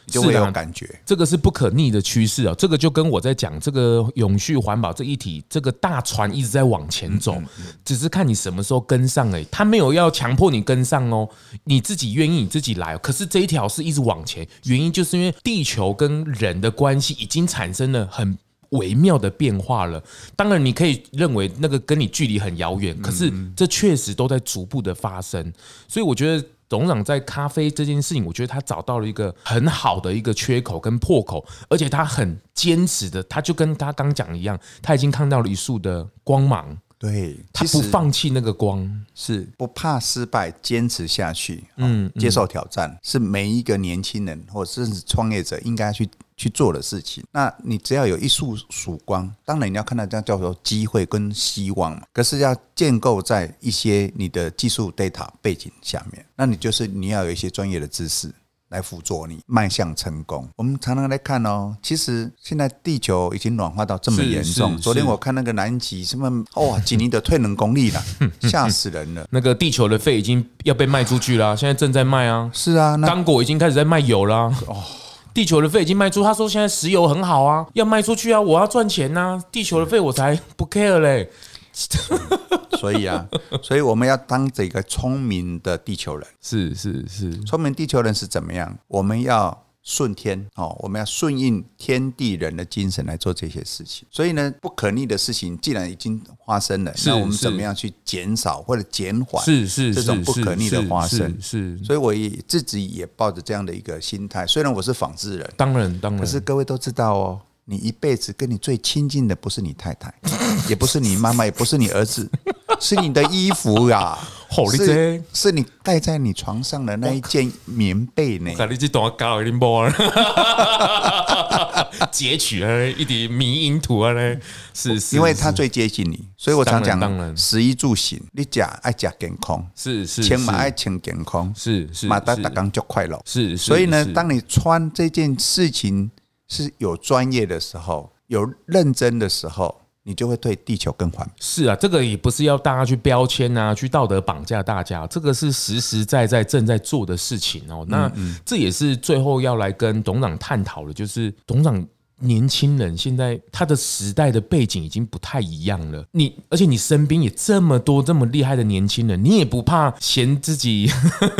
Speaker 3: 你就会
Speaker 1: 是啊
Speaker 3: 有感觉。
Speaker 1: 这个是不可逆的趋势啊！这个就跟我在讲这个永续环保这一题，这个大船一直在往前走，只是看你什么时候跟上而已。他没有要强迫你跟上哦，你自己愿意，你自己来哦。可是这一条是一直往前，原因就是因为地球跟人的关系已经产生了很。微妙的变化了，当然你可以认为那个跟你距离很遥远，可是
Speaker 3: 嗯
Speaker 1: 这确实都在逐步的发生，所以我觉得董事长在咖啡这件事情，我觉得他找到了一个很好的一个缺口跟破口，而且他很坚持的，他就跟他刚讲的一样，他已经看到了一束的光芒。
Speaker 3: 对，
Speaker 1: 他
Speaker 3: 其实
Speaker 1: 不放弃那个光，
Speaker 3: 是不怕失败，坚持下去，嗯，接受挑战是每一个年轻人或者是创业者应该去去做的事情。那你只要有一束曙光，当然你要看到这样叫做机会跟希望嘛。可是要建构在一些你的技术 data 背景下面，那你就是你要有一些专业的知识。来辅佐你迈向成功。我们常常来看哦，其实现在地球已经暖化到这么
Speaker 1: 是
Speaker 3: 严重。
Speaker 1: 是
Speaker 3: 昨天
Speaker 1: 是
Speaker 3: 我看那个南极什么，哦哇，几年的退冷功 力了，吓死人了。
Speaker 1: 那个地球的肺已经要被卖出去啦，现在正在卖啊，
Speaker 3: 是啊，那
Speaker 1: 刚果已经开始在卖油啦。哦，地球的肺已经卖出，他说现在石油很好啊，要卖出去啊，我要赚钱呐、地球的肺我才不 care 嘞。
Speaker 3: 所以 啊，所以我们要当这个聪明的地球人。
Speaker 1: 是是是，
Speaker 3: 聪明地球人是怎么样？我们要顺天哦，我们要顺应天地人的精神来做这些事情。所以呢，不可逆的事情既然已经发生了，
Speaker 1: 是
Speaker 3: 那我们
Speaker 1: 是
Speaker 3: 怎么样去减少或者减缓？
Speaker 1: 是是
Speaker 3: 这种不可逆的发生
Speaker 1: 是，
Speaker 3: 所以我也自己也抱着这样的一个心态。虽然我是纺织人，
Speaker 1: 当然当然，，
Speaker 3: 可是各位都知道哦，你一辈子跟你最亲近的不是你太太，也不是你妈妈，也不是你儿子，是你的衣服啊
Speaker 1: 好你这
Speaker 3: 是是你盖在你床上的那一件棉被呢。
Speaker 1: 看你这段搞一点波， 截取啊，一点迷因图啊嘞，是是，
Speaker 3: 因为它最接近你，所以我常
Speaker 1: 当然当然
Speaker 3: 讲，食衣住行，你讲爱讲健康，
Speaker 1: 是是
Speaker 3: 钱嘛爱钱健康，
Speaker 1: 是是
Speaker 3: 马达达刚就快乐。
Speaker 1: 是，是
Speaker 3: 所以呢
Speaker 1: 是，
Speaker 3: 当你穿这件事情是有专业的时候，有认真的时候，你就会对地球更环保。
Speaker 1: 是啊，这个也不是要大家去标签啊，去道德绑架大家，这个是实实在在正在做的事情哦。那这也是最后要来跟董事长探讨的，就是董事长。年轻人现在他的时代的背景已经不太一样了，你而且你身边也这么多这么厉害的年轻人，你也不怕嫌自己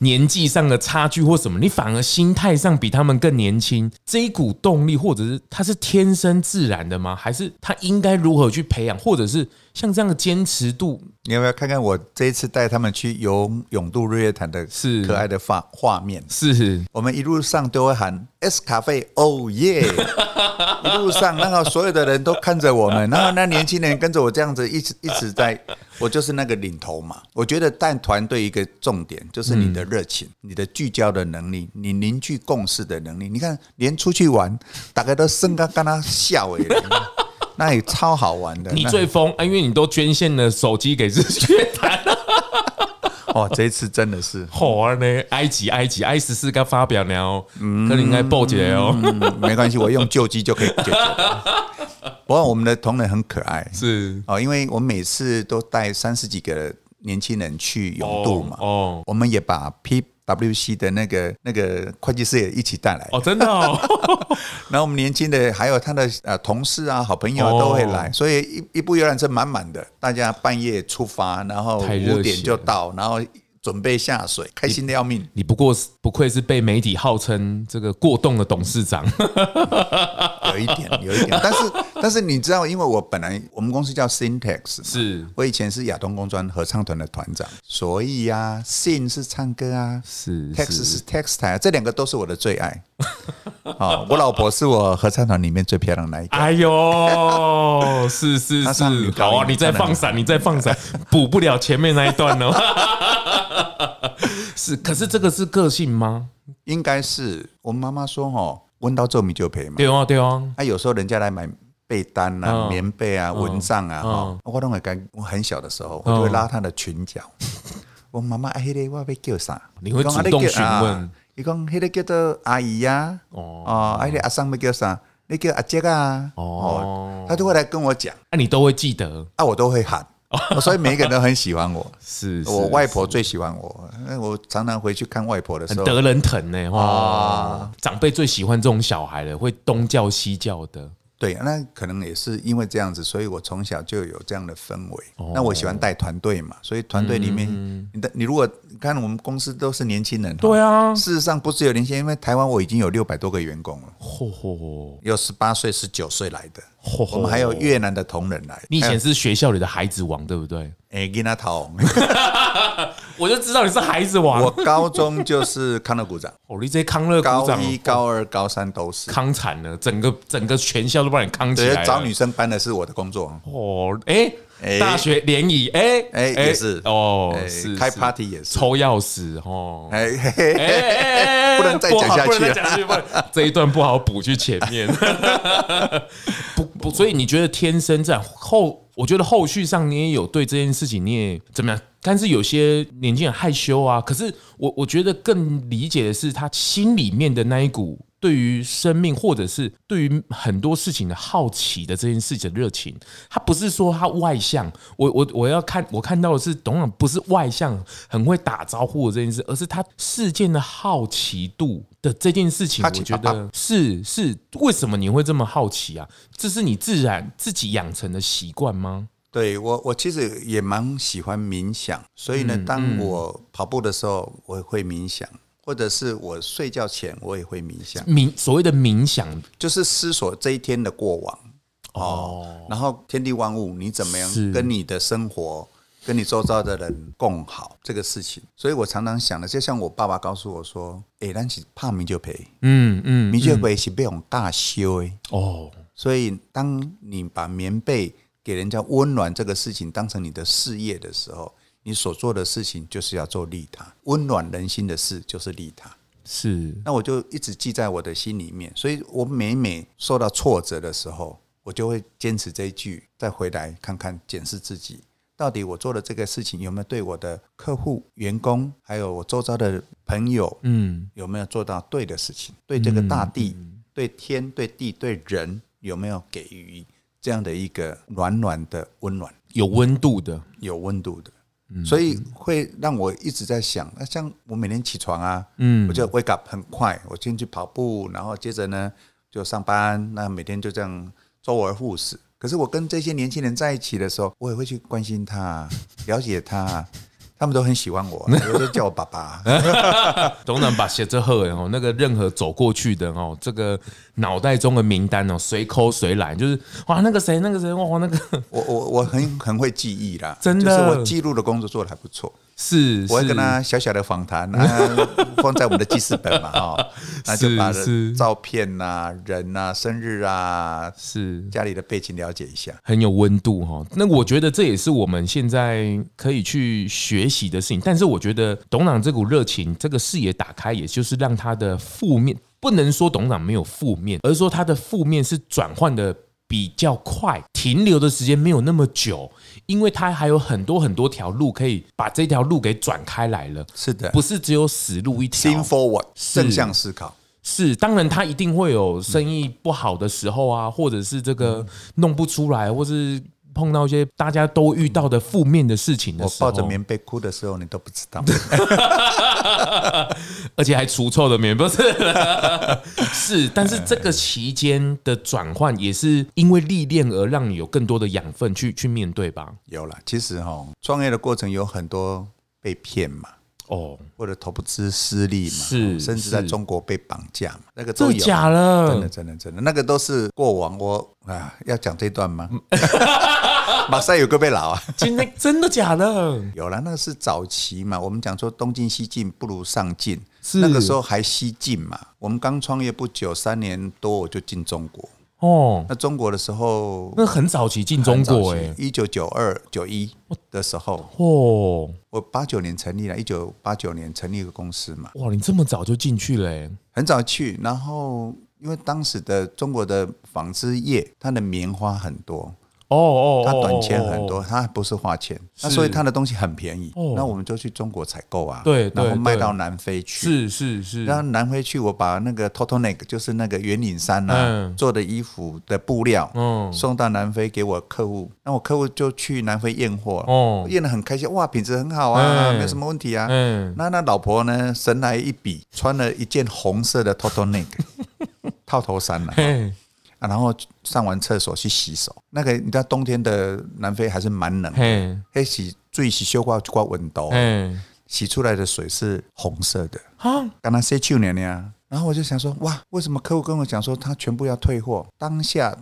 Speaker 1: 年纪上的差距或什么，你反而心态上比他们更年轻，这一股动力，或者是他是天生自然的吗？还是他应该如何去培养，或者是像这样的坚持度？
Speaker 3: 你要不要看看我这一次带他们去游泳渡日月潭的
Speaker 1: 是
Speaker 3: 可爱的画画面？
Speaker 1: 是
Speaker 3: 我们一路上都会喊 S 咖啡哦 耶！一路上，然后所有的人都看着我们，然后那年轻人跟着我这样子一直一直在，我就是那个领头嘛。我觉得带团队一个重点就是你的热情、
Speaker 1: 嗯
Speaker 3: 你的聚焦的能力、你凝聚共识的能力。你看，连出去玩，大家都生刚刚他笑诶， 那也超好玩的。
Speaker 1: 你
Speaker 3: 那
Speaker 1: 最疯啊，因为你都捐献了手机给日 哎月潭，
Speaker 3: 哦，这一次真的是。
Speaker 1: 好啊呢！埃及埃及埃十四刚发表了哦，可能应该报捷哦。
Speaker 3: 嗯，没关系，我用旧机就可以解决 了。不过我们的同仁很可爱，
Speaker 1: 是
Speaker 3: 哦，因为我每次都带三十几个年轻人去泳渡嘛，
Speaker 1: 哦
Speaker 3: 我们也把 PWC 的那个那个会计师也一起带来，
Speaker 1: 哦，真的 哦，
Speaker 3: 然后我们年轻的还有他的呃同事啊、好朋友啊
Speaker 1: 哦
Speaker 3: 都会来，所以一一部游览车满满的，大家半夜出发，然后
Speaker 1: 太热血
Speaker 3: 五点就到，然后准备下水，开心的要命。
Speaker 1: 你不过是不愧是被媒体号称这个过动的董事 长，
Speaker 3: 有一点，有一点，但是但是你知道，因为我本来我们公司叫 Syntax，
Speaker 1: 是
Speaker 3: 我以前是亚东工专合唱团的团长，所以呀、啊、，Syn 是唱歌啊
Speaker 1: 是
Speaker 3: ，Tax 是 textile，这两个都是我的最爱。 哦，我老婆是我合唱团里面最漂亮的那一个。
Speaker 1: 哎呦，是是
Speaker 3: 那
Speaker 1: 是
Speaker 3: 上女，高
Speaker 1: 好啊！
Speaker 3: 音
Speaker 1: 你再放闪，你再放闪， 补不了前面那一段 哦。是，可是这个是个性吗？
Speaker 3: 应该是我妈妈说哦，温到皱米就赔嘛。
Speaker 1: 对哦，对哦，
Speaker 3: 啊，有时候人家来买被单啊、
Speaker 1: 嗯
Speaker 3: 棉被啊、蚊帐啊，哈
Speaker 1: 嗯，
Speaker 3: 我都会跟我很小的时
Speaker 1: 哦
Speaker 3: 候，我就会拉她的裙角。 我妈妈哎，迄个我要叫啥？啊
Speaker 1: 你会主动询问
Speaker 3: 伊讲迄个叫做阿姨呀，
Speaker 1: 哦
Speaker 3: 哦，啊，迄个阿桑要叫啥？你叫阿杰啊，
Speaker 1: 哦
Speaker 3: 哦，她就会来跟我讲，
Speaker 1: 那、你都会记得，
Speaker 3: 啊，我都 会喊，所以每一个人都很喜欢我。
Speaker 1: 是是
Speaker 3: 我外婆最喜欢我，那我常常回去看外婆的时
Speaker 1: 很
Speaker 3: 候，
Speaker 1: 得人疼呢、哦
Speaker 3: 啊，
Speaker 1: 长辈最喜欢这种小孩了，会东叫西叫的。
Speaker 3: 对，那可能也是因为这样子，所以我从小就有这样的氛围。
Speaker 1: 哦
Speaker 3: 那我喜欢带团队嘛，所以团队里面，你的你如果你看我们公司都是年轻人，
Speaker 1: 嗯对
Speaker 3: 哈，
Speaker 1: 啊，
Speaker 3: 事实上不只有年轻人，因为台湾我已经有六百多个员工了，
Speaker 1: 嚯嚯
Speaker 3: 有十八岁、十九岁来的，
Speaker 1: 嚯！
Speaker 3: 我们还有越南的同仁来。哎
Speaker 1: 你以前是学校里的孩子王，对不对？
Speaker 3: 哎，跟他讨，
Speaker 1: 我就知道你是孩子王。
Speaker 3: 我高中就是康乐股长，
Speaker 1: 哦，你这康乐 鼓
Speaker 3: 高
Speaker 1: 掌
Speaker 3: 一、高二、高三都是。
Speaker 1: 康惨了，整个整个全校都帮你康起
Speaker 3: 对
Speaker 1: 来，了。
Speaker 3: 找女生班的是我的工作，
Speaker 1: 哦，哎、
Speaker 3: 哎
Speaker 1: 大学联谊，哎、
Speaker 3: 哎也是
Speaker 1: 哦，
Speaker 3: 哎
Speaker 1: 是
Speaker 3: 开
Speaker 1: 是
Speaker 3: party 也是。
Speaker 1: 抽钥匙 哦。
Speaker 3: 哎嘿嘿
Speaker 1: 哎哎哎哎
Speaker 3: 不能再讲
Speaker 1: 不好
Speaker 3: 下去了
Speaker 1: 不能
Speaker 3: 啊
Speaker 1: 再讲下去，不能这一段不好补去前 面。不不，所以你觉得天生这样后，我觉得后续上你也有对这件事情你也怎么样？但是有些年轻人害羞啊，可是我我觉得更理解的是他心里面的那一股对于生命或者是对于很多事情的好奇的这件事情的热情，他不是说他外向，我我我要看我看到的是董朗不是外向很会打招呼的这件事，而是他事件的好奇度的这件事情，
Speaker 3: 好
Speaker 1: 我
Speaker 3: 奇
Speaker 1: 觉
Speaker 3: 爸爸
Speaker 1: 得是是，为什么你会这么好奇啊？这是你自然自己养成的习惯吗？
Speaker 3: 对我，我其实也蛮喜欢冥想，所以呢，
Speaker 1: 嗯
Speaker 3: 当我跑步的时候，我会冥想，或者是我睡觉前我也会冥想，
Speaker 1: 冥所谓的冥想
Speaker 3: 就是思索这一天的过往哦，然后天地万物你怎么样
Speaker 1: 是
Speaker 3: 跟你的生活。跟你周遭的人共好这个事情，所以我常常想的，就像我爸爸告诉我说：“诶，咱是怕米就赔，
Speaker 1: 嗯嗯
Speaker 3: 米就赔是被我们大修诶。”
Speaker 1: 哦，
Speaker 3: 所以，当你把棉被给人家温暖这个事情当成你的事业的时候，你所做的事情就是要做利他，温暖人心的事就是利他。
Speaker 1: 是
Speaker 3: 那我就一直记在我的心里面，所以我每每受到挫折的时候，我就会坚持这一句，再回来看看检视自己，到底我做的这个事情有没有对我的客户、员工，还有我周遭的朋友，
Speaker 1: 嗯
Speaker 3: 有没有做到对的事情，对这个大地、对天、对地、对人有没有给予这样的一个暖暖的温暖，
Speaker 1: 有温度的
Speaker 3: 有温度的。
Speaker 1: 嗯
Speaker 3: 所以会让我一直在想，那像我每天起床啊，
Speaker 1: 嗯
Speaker 3: 我就 wake up 很快，我先去跑步，然后接着呢就上班，那每天就这样周而复始。可是我跟这些年轻人在一起的时候，我也会去关 心他，了解他，他们都很喜欢我，有时候叫我爸 爸。
Speaker 1: 董事长把写这贺人哦，那个任何走过去的哦，这个脑袋中的名单哦，随抠随来，就是哇那个谁那个谁哇那个
Speaker 3: 我我我很很会记忆啦，
Speaker 1: 真的
Speaker 3: 就是我记录的工作做的还不错。
Speaker 1: 是，
Speaker 3: 我会
Speaker 1: 是
Speaker 3: 跟他小小的访 谈，啊，放在我们的记事本嘛，哦，那就是把
Speaker 1: 是
Speaker 3: 照片呐、人呐、生日啊、
Speaker 1: 是
Speaker 3: 家里的背景了解一下。
Speaker 1: 很有温度哈、那我觉得这也是我们现在可以去学习的事情。但是我觉得董事长这股热情，这个视野打开，也就是让他的负面不能说董事长没有负面，而是说他的负面是转换的比较快，停留的时间没有那么久，因为他还有很多很多条路可以把这条路给转开来了。
Speaker 3: 是的
Speaker 1: 不是只有死路一条
Speaker 3: Think。forward，
Speaker 1: 是
Speaker 3: 正向思考。
Speaker 1: 是，当然他一定会有生意不好的时候
Speaker 3: 嗯
Speaker 1: 啊，或者是这个弄不出来，或是碰到一些大家都遇到的负面的事情的
Speaker 3: 我
Speaker 1: 时候，
Speaker 3: 抱着棉被哭的时候，你都不知道。
Speaker 1: 而且还除臭的棉，不是？ 是，但是这个期间的转换也是因为历练而让你有更多的养分去去面对吧？
Speaker 3: 有啦，其实哈、哦，创业的过程有很多被骗嘛，
Speaker 1: 哦，
Speaker 3: 或者投资失利嘛，
Speaker 1: 是
Speaker 3: 甚至在
Speaker 1: 是
Speaker 3: 中国被绑架嘛，那个都
Speaker 1: 真
Speaker 3: 有
Speaker 1: 的假
Speaker 3: 嘛。真的
Speaker 1: 的？
Speaker 3: 真的真的，那个都是过往。我啊，要讲这段 吗？马赛有个被老啊，
Speaker 1: 今 天真的假的？
Speaker 3: 有了，那个是早期嘛。我们讲说东进西进不如上进，
Speaker 1: 是
Speaker 3: 那个时候还西进嘛。我们刚创业不久，三年多我就进中国。
Speaker 1: 哦，
Speaker 3: 那中国的时候，
Speaker 1: 那很早期进中国哎、
Speaker 3: 一九九二九一的时候，
Speaker 1: 哦，
Speaker 3: 我八九年成立了，一九八九年成立一个公司嘛，
Speaker 1: 哇，你这么早就进去了、欸？
Speaker 3: 很早去。然后因为当时的中国的纺织业，它的棉花很多，
Speaker 1: 哦哦，哦
Speaker 3: 它短缺
Speaker 1: 哦
Speaker 3: 很。
Speaker 1: 哦
Speaker 3: 多，它不是花钱，那
Speaker 1: 是
Speaker 3: 所以它的东西很便宜
Speaker 1: 哦。
Speaker 3: 那我们就去中国采购啊，
Speaker 1: 对对
Speaker 3: 然后卖
Speaker 1: 对
Speaker 3: 到南非
Speaker 1: 是
Speaker 3: 去。
Speaker 1: 是是，
Speaker 3: 然后南非去，我把那个 Totoneck，就是那个圆领衫啊
Speaker 1: 嗯
Speaker 3: 做的衣服的布料，
Speaker 1: 嗯
Speaker 3: 送到南非给我客户，那我客户就去南非验货，
Speaker 1: 哦
Speaker 3: 验的很开心，哇，品质很好啊，
Speaker 1: 嗯
Speaker 3: 没有什么问题啊。
Speaker 1: 嗯，
Speaker 3: 那那老婆呢，神来一笔，穿了一件红色的 Totoneck 套头衫了、
Speaker 1: 嘿，
Speaker 3: 啊，然后上完厕所去洗手。那个你知道冬天的南非还是蛮冷的，
Speaker 1: 嘿，
Speaker 3: 黑洗最洗修挂挂温度，
Speaker 1: 嘿，
Speaker 3: 洗出来的水是红色的，
Speaker 1: 啊，
Speaker 3: 跟他 say 去年呀。然后我就想说，哇，为什么客户跟我讲说他全部要退货？当下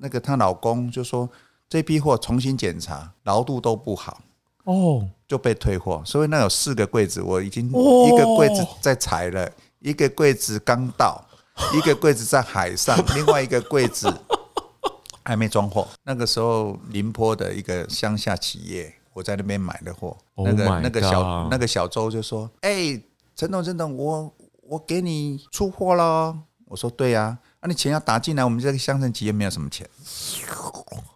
Speaker 3: 那个她老公就说这批货重新检查，牢度都不好，
Speaker 1: 哦，
Speaker 3: 就被退货，所以那有四个柜子，我已经
Speaker 1: 哦
Speaker 3: 一个柜子在裁了，一个柜子刚 到，一个柜子在海上，另外一个柜子 还没装货。那个时候，宁波的一个乡下企业，我在那边买的货，
Speaker 1: Oh
Speaker 3: 那个
Speaker 1: my
Speaker 3: 那个小
Speaker 1: God
Speaker 3: 那个小周就说：“哎、陈董，陈董，我我给你出货喽。”我说：“对呀、啊，那、你钱要打进来，我们这个乡镇企业没有什么钱。”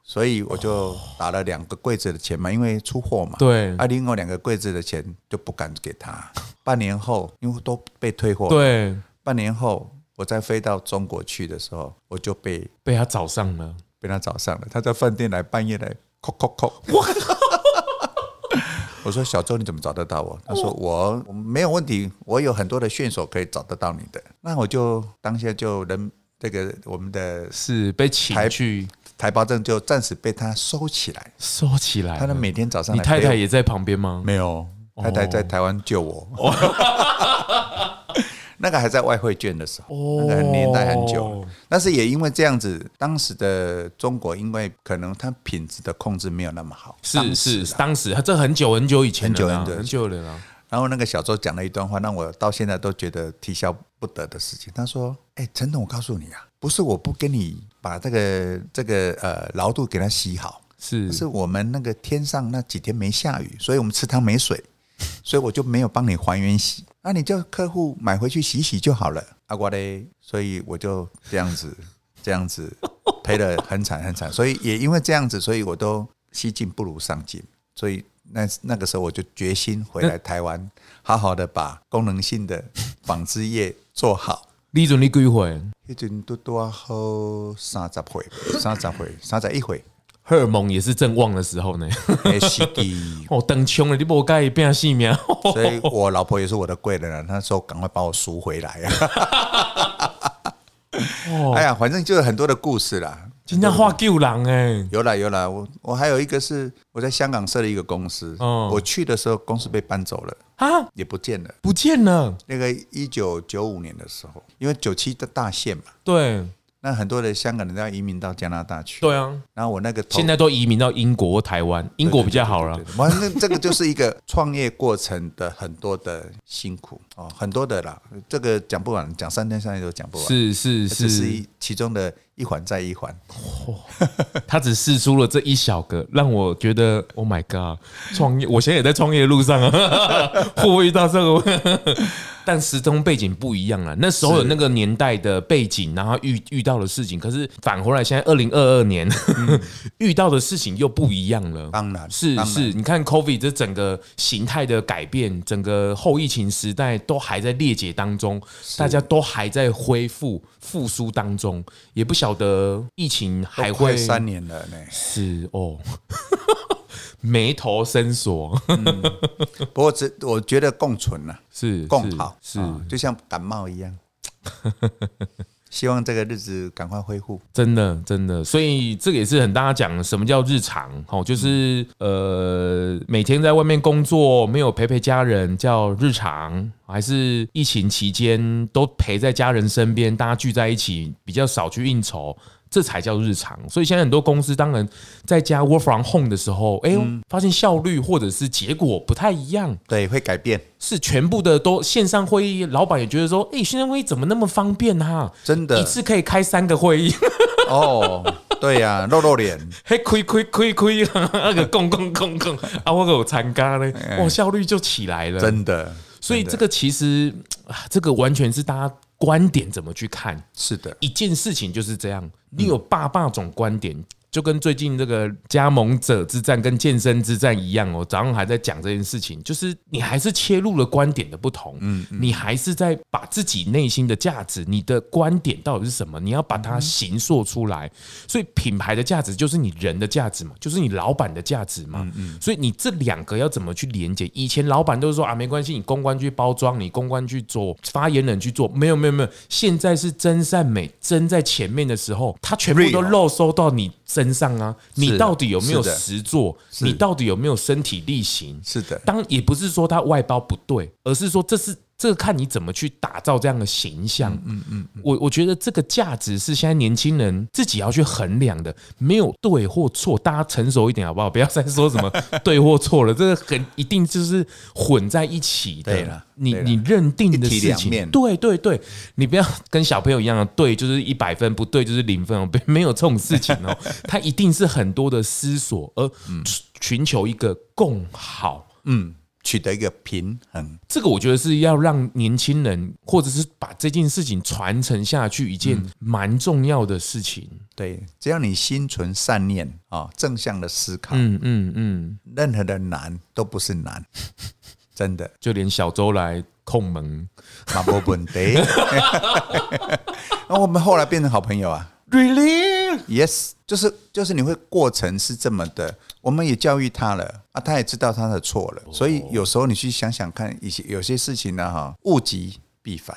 Speaker 3: 所以我就打了两个柜子的钱嘛，因为出货嘛。
Speaker 1: 对
Speaker 3: 啊，另外两个柜子的钱就不敢给 他。半年后，因为都被退货，。
Speaker 1: 对，
Speaker 3: 半年后，我再飞到中国去的时候，我就被
Speaker 1: 被他找上了。
Speaker 3: 被他找上了。他在饭店来，半夜来，叩叩 叩。 我说小周，你怎么找得到我？他说我我没有问题，我有很多的线索可以找得到你的。那我就当下就人这个我们的
Speaker 1: 是被请
Speaker 3: 台
Speaker 1: 去
Speaker 3: 台胞证就暂时被他收起来。
Speaker 1: 收起来了。
Speaker 3: 他的每天早上
Speaker 1: 哎你
Speaker 3: 来陪我
Speaker 1: 太太也在旁边吗？
Speaker 3: 没有，
Speaker 1: 哦
Speaker 3: 太太在台湾救我。 那个还在外汇券的时候，
Speaker 1: 哦
Speaker 3: 那个年代很久了。但是也因为这样子，当时的中国，因为可能它品质的控制没有那么好，
Speaker 1: 是
Speaker 3: 当时
Speaker 1: 是
Speaker 3: 啦，
Speaker 1: 当时他这很久很久以前了啦
Speaker 3: 很久
Speaker 1: 很
Speaker 3: 很
Speaker 1: 久了啦。
Speaker 3: 然后那个小周讲了一段话，让我到现在都觉得啼笑不得的事情。他说：“哎、陈董，我告诉你啊，不是我不跟你把这个这个呃劳度给它洗好，
Speaker 1: 是
Speaker 3: 是我们那个天上那几天没下雨，所以我们池塘没水，所以我就没有帮你还原洗。那你叫客户买回去洗洗就好了。啊，我嘞，所以我就这样子，这样子赔得很惨很惨。所以也因为这样子，所以我都西进不如上进。所以那那个时候我就决心回来台湾，好好的把功能性的纺织业做好。
Speaker 1: 李总，你几回？
Speaker 3: 迄阵都多好三十岁，三十岁，三十一岁，
Speaker 1: 荷尔蒙也是正旺的时候呢。
Speaker 3: 诶，是的。
Speaker 1: 哦，等穷了，你不该变性命。
Speaker 3: 所以我老婆也是我的贵人啊，她说赶快把我赎回来啊！
Speaker 1: 哦
Speaker 3: 哎呀，反正就是很多的故事啦。
Speaker 1: 今天话救人哎，
Speaker 3: 有啦有啦，我我还有一个是我在香港设立一个公司，
Speaker 1: 嗯
Speaker 3: 我去的时候公司被搬走了，
Speaker 1: 啊，
Speaker 3: 也不见了。
Speaker 1: 不见了。
Speaker 3: 那个一九九五年的时候，因为九七的大限嘛，
Speaker 1: 对
Speaker 3: 那很多的香港人都要移民到加拿大去。
Speaker 1: 对啊，
Speaker 3: 然后我那个头
Speaker 1: 现在都移民到英国、台湾，英国比较好了
Speaker 3: 对。对反正这个就是一个创业过程的很多的辛苦哦，很多的啦，这个讲不完，讲三天三夜都讲不完。
Speaker 1: 是是
Speaker 3: 这是
Speaker 1: 是，
Speaker 3: 一其中的一环再一环。
Speaker 1: 他只试出了这一小个，让我觉得 Oh my God！创业，我现在也在创业的路上啊， 会不会遇到这个 问？但时空背景不一样了，那时候有那个年代的背景，然后遇遇到的事情，可是返回来现在二零二二年、
Speaker 3: 嗯
Speaker 1: 遇到的事情又不一样了。
Speaker 3: 当然
Speaker 1: 是
Speaker 3: 当然
Speaker 1: 是，你看 COVID 这整个形态的改变，整个后疫情时代都还在裂解当中，大家都还在恢复复苏当中，也不晓得疫情还
Speaker 3: 都
Speaker 1: 会
Speaker 3: 快三年了呢。
Speaker 1: 是哦， 眉头深锁，
Speaker 3: 不过这我觉得共存了、
Speaker 1: 是
Speaker 3: 共好
Speaker 1: 是
Speaker 3: 啊就像感冒一样。希望这个日子赶快恢复。
Speaker 1: 真的真的，所以这个也是很大家讲什么叫日常哦，就是呃每天在外面工作，没有陪陪家人叫日常，还是疫情期间都陪在家人身边，大家聚在一起，比较少去应酬。这才叫日常，所以现在很多公司当然在家 work from home 的时候，哎呦，
Speaker 3: 嗯
Speaker 1: 发现效率或者是结果不太一样，
Speaker 3: 对，会改变，
Speaker 1: 是全部的都线上会议，老板也觉得说，哎、线上会议怎么那么方便哈、
Speaker 3: 真的
Speaker 1: 一次可以开三个会议，
Speaker 3: 哦。对呀、露露脸，
Speaker 1: 嘿，亏亏亏亏， 那个供供供供啊，我有参加嘞，哇，效率就起来了。
Speaker 3: 真的。
Speaker 1: 所以
Speaker 3: 真的
Speaker 1: 这个其实，啊这个完全是大家观点怎么去看
Speaker 3: 是的，
Speaker 1: 一件事情就是这样，你有爸爸种观点。就跟最近这个加盟者之战跟健身之战一样哦，早上还在讲这件事情，就是你还是切入了观点的不同，嗯，你还是在把自己内心的价值、你的观点到底是什么，你要把
Speaker 3: 嗯
Speaker 1: 它形塑出来。所以品牌的价值就是你人的价值嘛，就是你老板的价值嘛，
Speaker 3: 嗯
Speaker 1: 所以你这两个要怎么去连接？以前老板都是说啊，没关系，你公关去包装，你公关去做，发言人去做，没有没有没有，现在是真善美真在前面的时候，他全部都
Speaker 3: Real
Speaker 1: 肉收到你身上啊，你到底有没有
Speaker 3: 是的
Speaker 1: 实做？
Speaker 3: 是
Speaker 1: 你到底有没有身体力行？
Speaker 3: 是的
Speaker 1: 当然也不是说他外包不对，而是说这是这个看你怎么去打造这样的形象。嗯嗯，我我觉得这个价值是现在年轻人自己要去衡量的，没有对或错，大家成熟一点好不好？不要再说什 么对或错了，这个很一定就是混在一起的。
Speaker 3: 对啦
Speaker 1: 你
Speaker 3: 对啦
Speaker 1: 你认定的
Speaker 3: 一体
Speaker 1: 事
Speaker 3: 两
Speaker 1: 情，
Speaker 3: 面
Speaker 1: 对对对，你不要跟小朋友一样，对就是一百分，不对就是零分哦，不没有这种事情 哦。他一定是很多的思索，而寻求一个共好。
Speaker 3: 嗯，取得一个平衡。
Speaker 1: 这个我觉得是要让年轻人，或者是把这件事情传承下去，一件蛮重要的事情。
Speaker 3: 对，只要你心存善念啊、正向的思考，
Speaker 1: 嗯嗯嗯，
Speaker 3: 任何的难都不是难，真的
Speaker 1: 就连小周来控门
Speaker 3: 马波本 得。啊那我们后来变成好朋友啊
Speaker 1: ，really？
Speaker 3: ，yes，就是就是你会过程是这么的，我们也教育他了啊，他也知道他的错
Speaker 1: 哦
Speaker 3: 了，所以有时候你去想想看，一些有些事情呢哈，物极必反。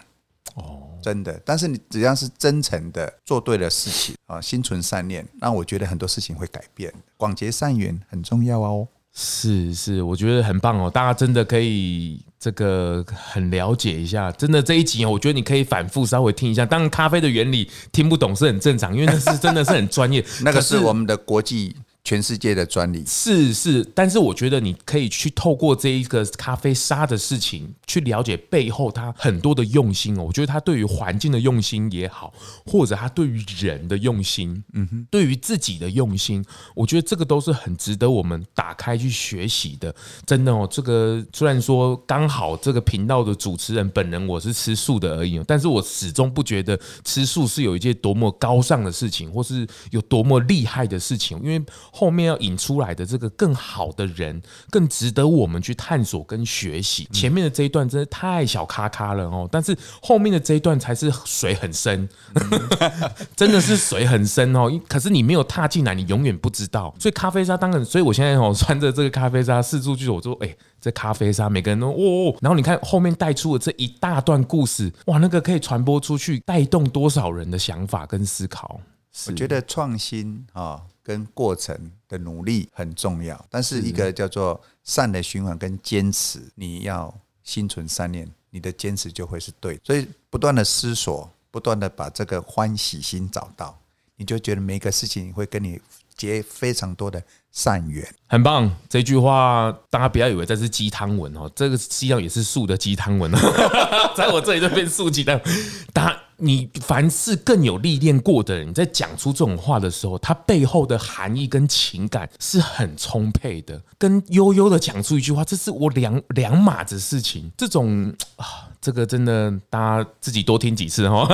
Speaker 1: 哦，
Speaker 3: 真的，但是你只要是真诚的做对了事情啊，心存善念，那我觉得很多事情会改变。广结善缘很重要啊哦。。
Speaker 1: 是是，我觉得很棒哦，大家真的可以这个很了解一下。真的这一集哦，我觉得你可以反复稍微听一下。当然，咖啡的原理听不懂是很正常，因为那是真的是很专业
Speaker 3: 那个
Speaker 1: 可
Speaker 3: 是我们的国际全世界的专利。
Speaker 1: 是是，但是我觉得你可以去透过这一个咖啡沙的事情，去了解背后它很多的用心哦。我觉得他对于环境的用心也好，或者他对于人的用心，嗯哼，对于自己的用心，我觉得这个都是很值得我们打开去学习的。真的哦，这个虽然说刚好这个频道的主持人本人我是吃素的而已哦，但是我始终不觉得吃素是有一件多么高尚的事情，或是有多么厉害的事情，因为后面要引出来的这个更好的人，更值得我们去探索跟学习。前面的这一段真的太小咖咖了哦，但是后面的这一段才是水很深，真的是水很深哦。可是你没有踏进来，你永远不知道。所以咖啡沙当然，所以我现在哦 穿着这个咖啡沙四处去走，我说哎、这咖啡沙每个人都哦哦。然后你看后面带出的这一大段故事，哇，那个可以传播出去，带动多少人的想法跟思考。
Speaker 3: 我觉得创新啊、跟过程的努力很重要，但是一个叫做善的循环跟坚持，你要心存善念，你的坚持就会是对的。所以不断的思索，不断的把这个欢喜心找到，你就觉得每一个事情会跟你结非常多的善 缘。
Speaker 1: 很棒，这句话大家不要以为这是鸡汤文哦，这个实际上也是素的鸡汤文哦， 在我这里就变素鸡汤。大你凡是更有历练过的人，你在讲出这种话的时候，它背后的含义跟情感是很充沛的。跟悠悠的讲出一句话，这是我两两码子事情，这种啊，这个真的大家自己多听几次哦，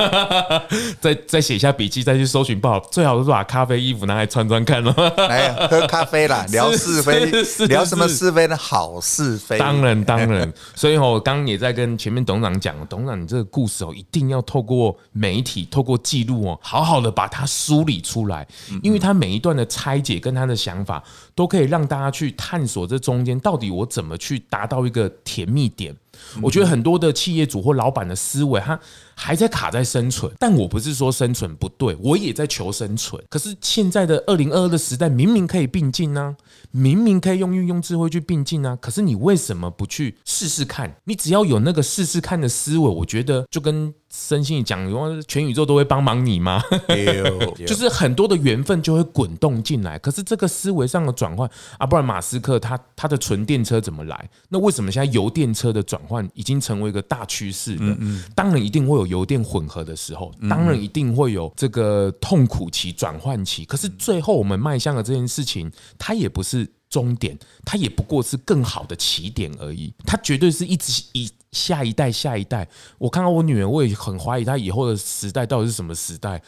Speaker 1: 再再写下笔记，再去搜寻报，最好是把咖啡衣服拿来穿穿看哦。
Speaker 3: 来喝咖啡啦，聊是非
Speaker 1: 是是，
Speaker 3: 聊什么
Speaker 1: 是
Speaker 3: 是非呢？好是 非，
Speaker 1: 当然，当然。所以哦，我刚刚也在跟前面董事长讲，董事长，你这个故事哦，一定要透过媒体、透过记录哦，好好的把它梳理出来，因为他每一段的拆解跟他的想法，都可以让大家去探索这中间到底我怎么去达到一个甜蜜点。我觉得很多的企业主或老板的思维，他还在卡在生存。但我不是说生存不对，我也在求生存。可是现在的二零二二的时代，明明可以并进呢、明明可以用运用智慧去并进啊。可是你为什么不去试试看？你只要有那个试试看的思维，我觉得就跟身心里讲，全宇宙都会帮忙你吗？
Speaker 3: 有，
Speaker 1: 就
Speaker 3: 就是
Speaker 1: 很多的缘分就会滚动进来。可是这个思维上的转换啊，不然马斯克他他的纯电车怎么来？那为什么现在油电车的转换已经成为一个大趋势了？嗯当然一定会有油电混合的时候，当然一定会有这个痛苦期、转换期。可是最后我们迈向了这件事情，它也不是。终点，它也不过是更好的起点而已。它绝对是一直以下一代、下一代。我看到我女儿，我也很怀疑她以后的时代到底是什么时代。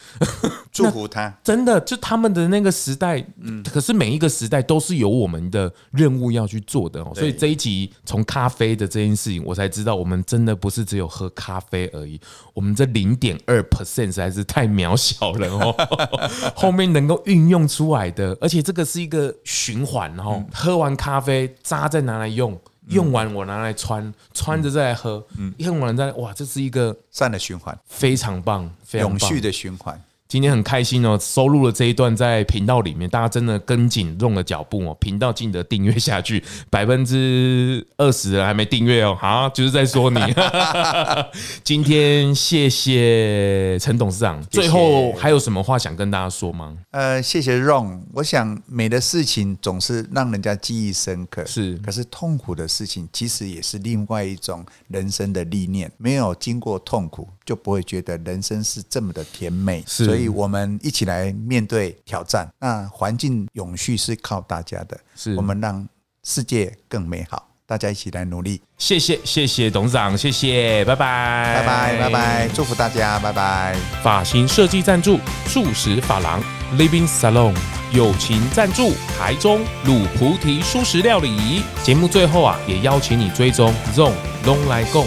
Speaker 3: 祝福他。
Speaker 1: 真的，就他们的那个时代，
Speaker 3: 嗯
Speaker 1: 可是每一个时代都是有我们的任务要去做的哦。所以这一集从咖啡的这件事情，我才知道我们真的不是只有喝咖啡而已，我们这零点二 percent 实在是太渺小了 哦。后面能够运用出来的，而且这个是一个循环
Speaker 3: 嗯
Speaker 1: 哦，喝完咖啡渣再拿来用。用完我拿来穿，穿着再来
Speaker 3: 嗯
Speaker 1: 喝，用完再来哇，这是一个
Speaker 3: 善的循环，
Speaker 1: 非常棒、非常
Speaker 3: 永
Speaker 1: 棒
Speaker 3: 续的循环。
Speaker 1: 今天很开心哦，收录了这一段在频道里面，大家真的跟紧用的脚步哦，频道记得订阅下去，百分之二十人还没订阅哦，好，就是在说你。 今天谢谢陈董事长，
Speaker 3: 谢
Speaker 1: 最
Speaker 3: 谢
Speaker 1: 后还有什么话想跟大家说吗？
Speaker 3: 呃，谢谢 Ron。我想美的事情总是让人家记忆深刻，
Speaker 1: 是
Speaker 3: 可是痛苦的事情其实也是另外一种人生的历练。没有经过痛苦，就不会觉得人生是这么的甜美。
Speaker 1: 是
Speaker 3: 所以我们一起来面对挑战。那环境永续是靠大家的，
Speaker 1: 是
Speaker 3: 我们让世界更美好，大家一起来努力。
Speaker 1: 谢谢谢谢董事长，谢谢，拜拜
Speaker 3: 拜拜拜拜，祝福大家，拜拜。
Speaker 1: 发型设计赞助素食发廊 Living Salon，友情赞助台中鲁菩提素食料理。节目最后啊，也邀请你追踪 Zone Long 来共